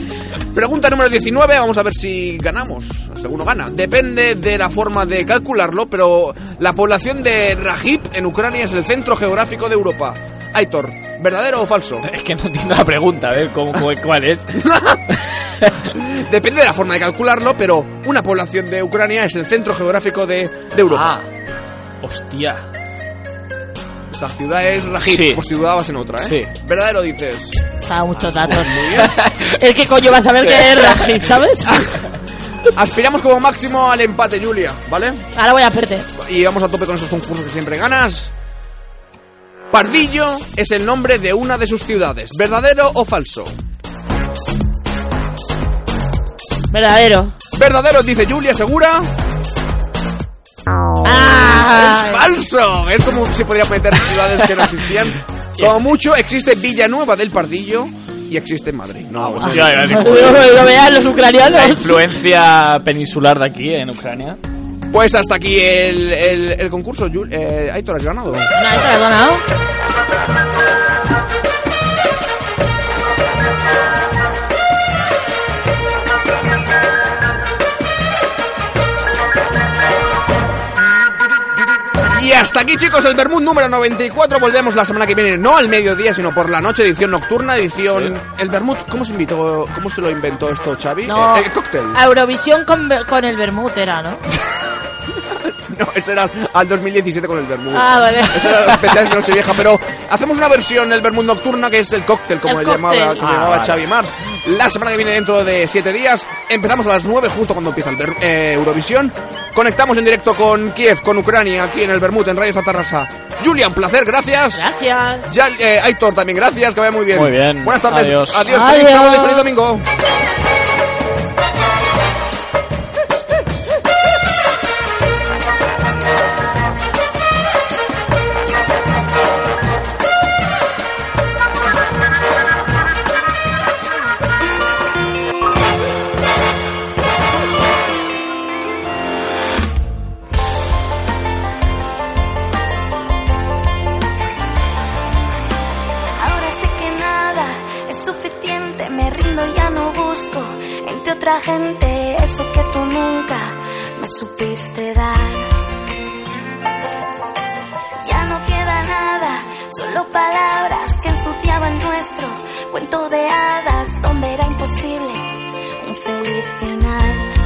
B: Pregunta número 19, vamos a ver si ganamos. Seguro gana. Depende de la forma de calcularlo, pero la población de Rajib en Ucrania es el centro geográfico de Europa. Aitor, ¿verdadero o falso?
D: Es que no entiendo la pregunta, a ver cómo, cómo- cuál es.
B: Depende de la forma de calcularlo, pero una población de Ucrania es el centro geográfico de, de Europa.
D: Ah, hostia.
B: Esa ciudad es Rajib,
D: Ah. Sí.
B: por si dudabas en otra, ¿eh?
D: Sí.
B: ¿Verdadero dices?
A: Te ha dado muchos datos.
B: Muy bien.
A: El que coño va a saber que es Rajib, ¿sabes?
B: Aspiramos como máximo al empate, Julia, ¿vale?
A: Ahora voy a perte.
B: y vamos a tope con esos concursos que siempre ganas. Pardillo es el nombre de una de sus ciudades, ¿verdadero o falso?
A: Verdadero.
B: Verdadero, dice Julia Segura.
A: Ah,
B: Es falso. Es como se podría meter ciudades que no existían. Como mucho, existe Villanueva del Pardillo y existe Madrid. No, pues
A: Ah.
B: o sea,
D: Hostia, la
A: no lo vean los ucranianos.
D: influencia peninsular de aquí en Ucrania.
B: pues hasta aquí el, el, el concurso. Jul- eh, Aitor, has ganado.
A: No, esto lo has ganado.
B: Y Y hasta aquí, chicos, el Bermud número 94. Volvemos la semana que viene, no al mediodía, sino por la noche, edición nocturna, edición. El Bermud, ¿cómo se invitó? ¿Cómo se lo inventó esto, Xavi?
A: No. Ah.
B: Eh, el cóctel.
A: A Eurovisión con, con el Bermud era, ¿no?
B: No, ese era al 2017 con el Bermud.
A: Ah, vale.
B: Ese era el especial de Nochevieja, pero hacemos una versión del Bermud Nocturna que es el cóctel, como
A: El
B: le llamaba,
A: cóctel.
B: como
A: Ah,
B: llamaba
A: vale.
B: Xavi Mars. La semana que viene, dentro de 7 días, empezamos a las 9, justo cuando empieza el Ber- eh, Eurovisión. Conectamos en directo con Kiev, con Ucrania, aquí en el Bermud, en Radio Estatarrasa. Julian, placer, gracias.
A: Gracias.
B: Ya, eh, Aitor, también gracias, que vaya muy bien.
D: Muy bien.
B: Buenas tardes.
D: Adiós.
B: Adiós,
A: Adiós.
B: feliz sábado y feliz domingo.
J: Ahora sé que nada es suficiente, me rindo y ya no busco en ti otra gente eso que tú nunca me supiste dar. Ya no queda nada, solo palabras que ensuciaban nuestro cuento de hadas donde era imposible un feliz final.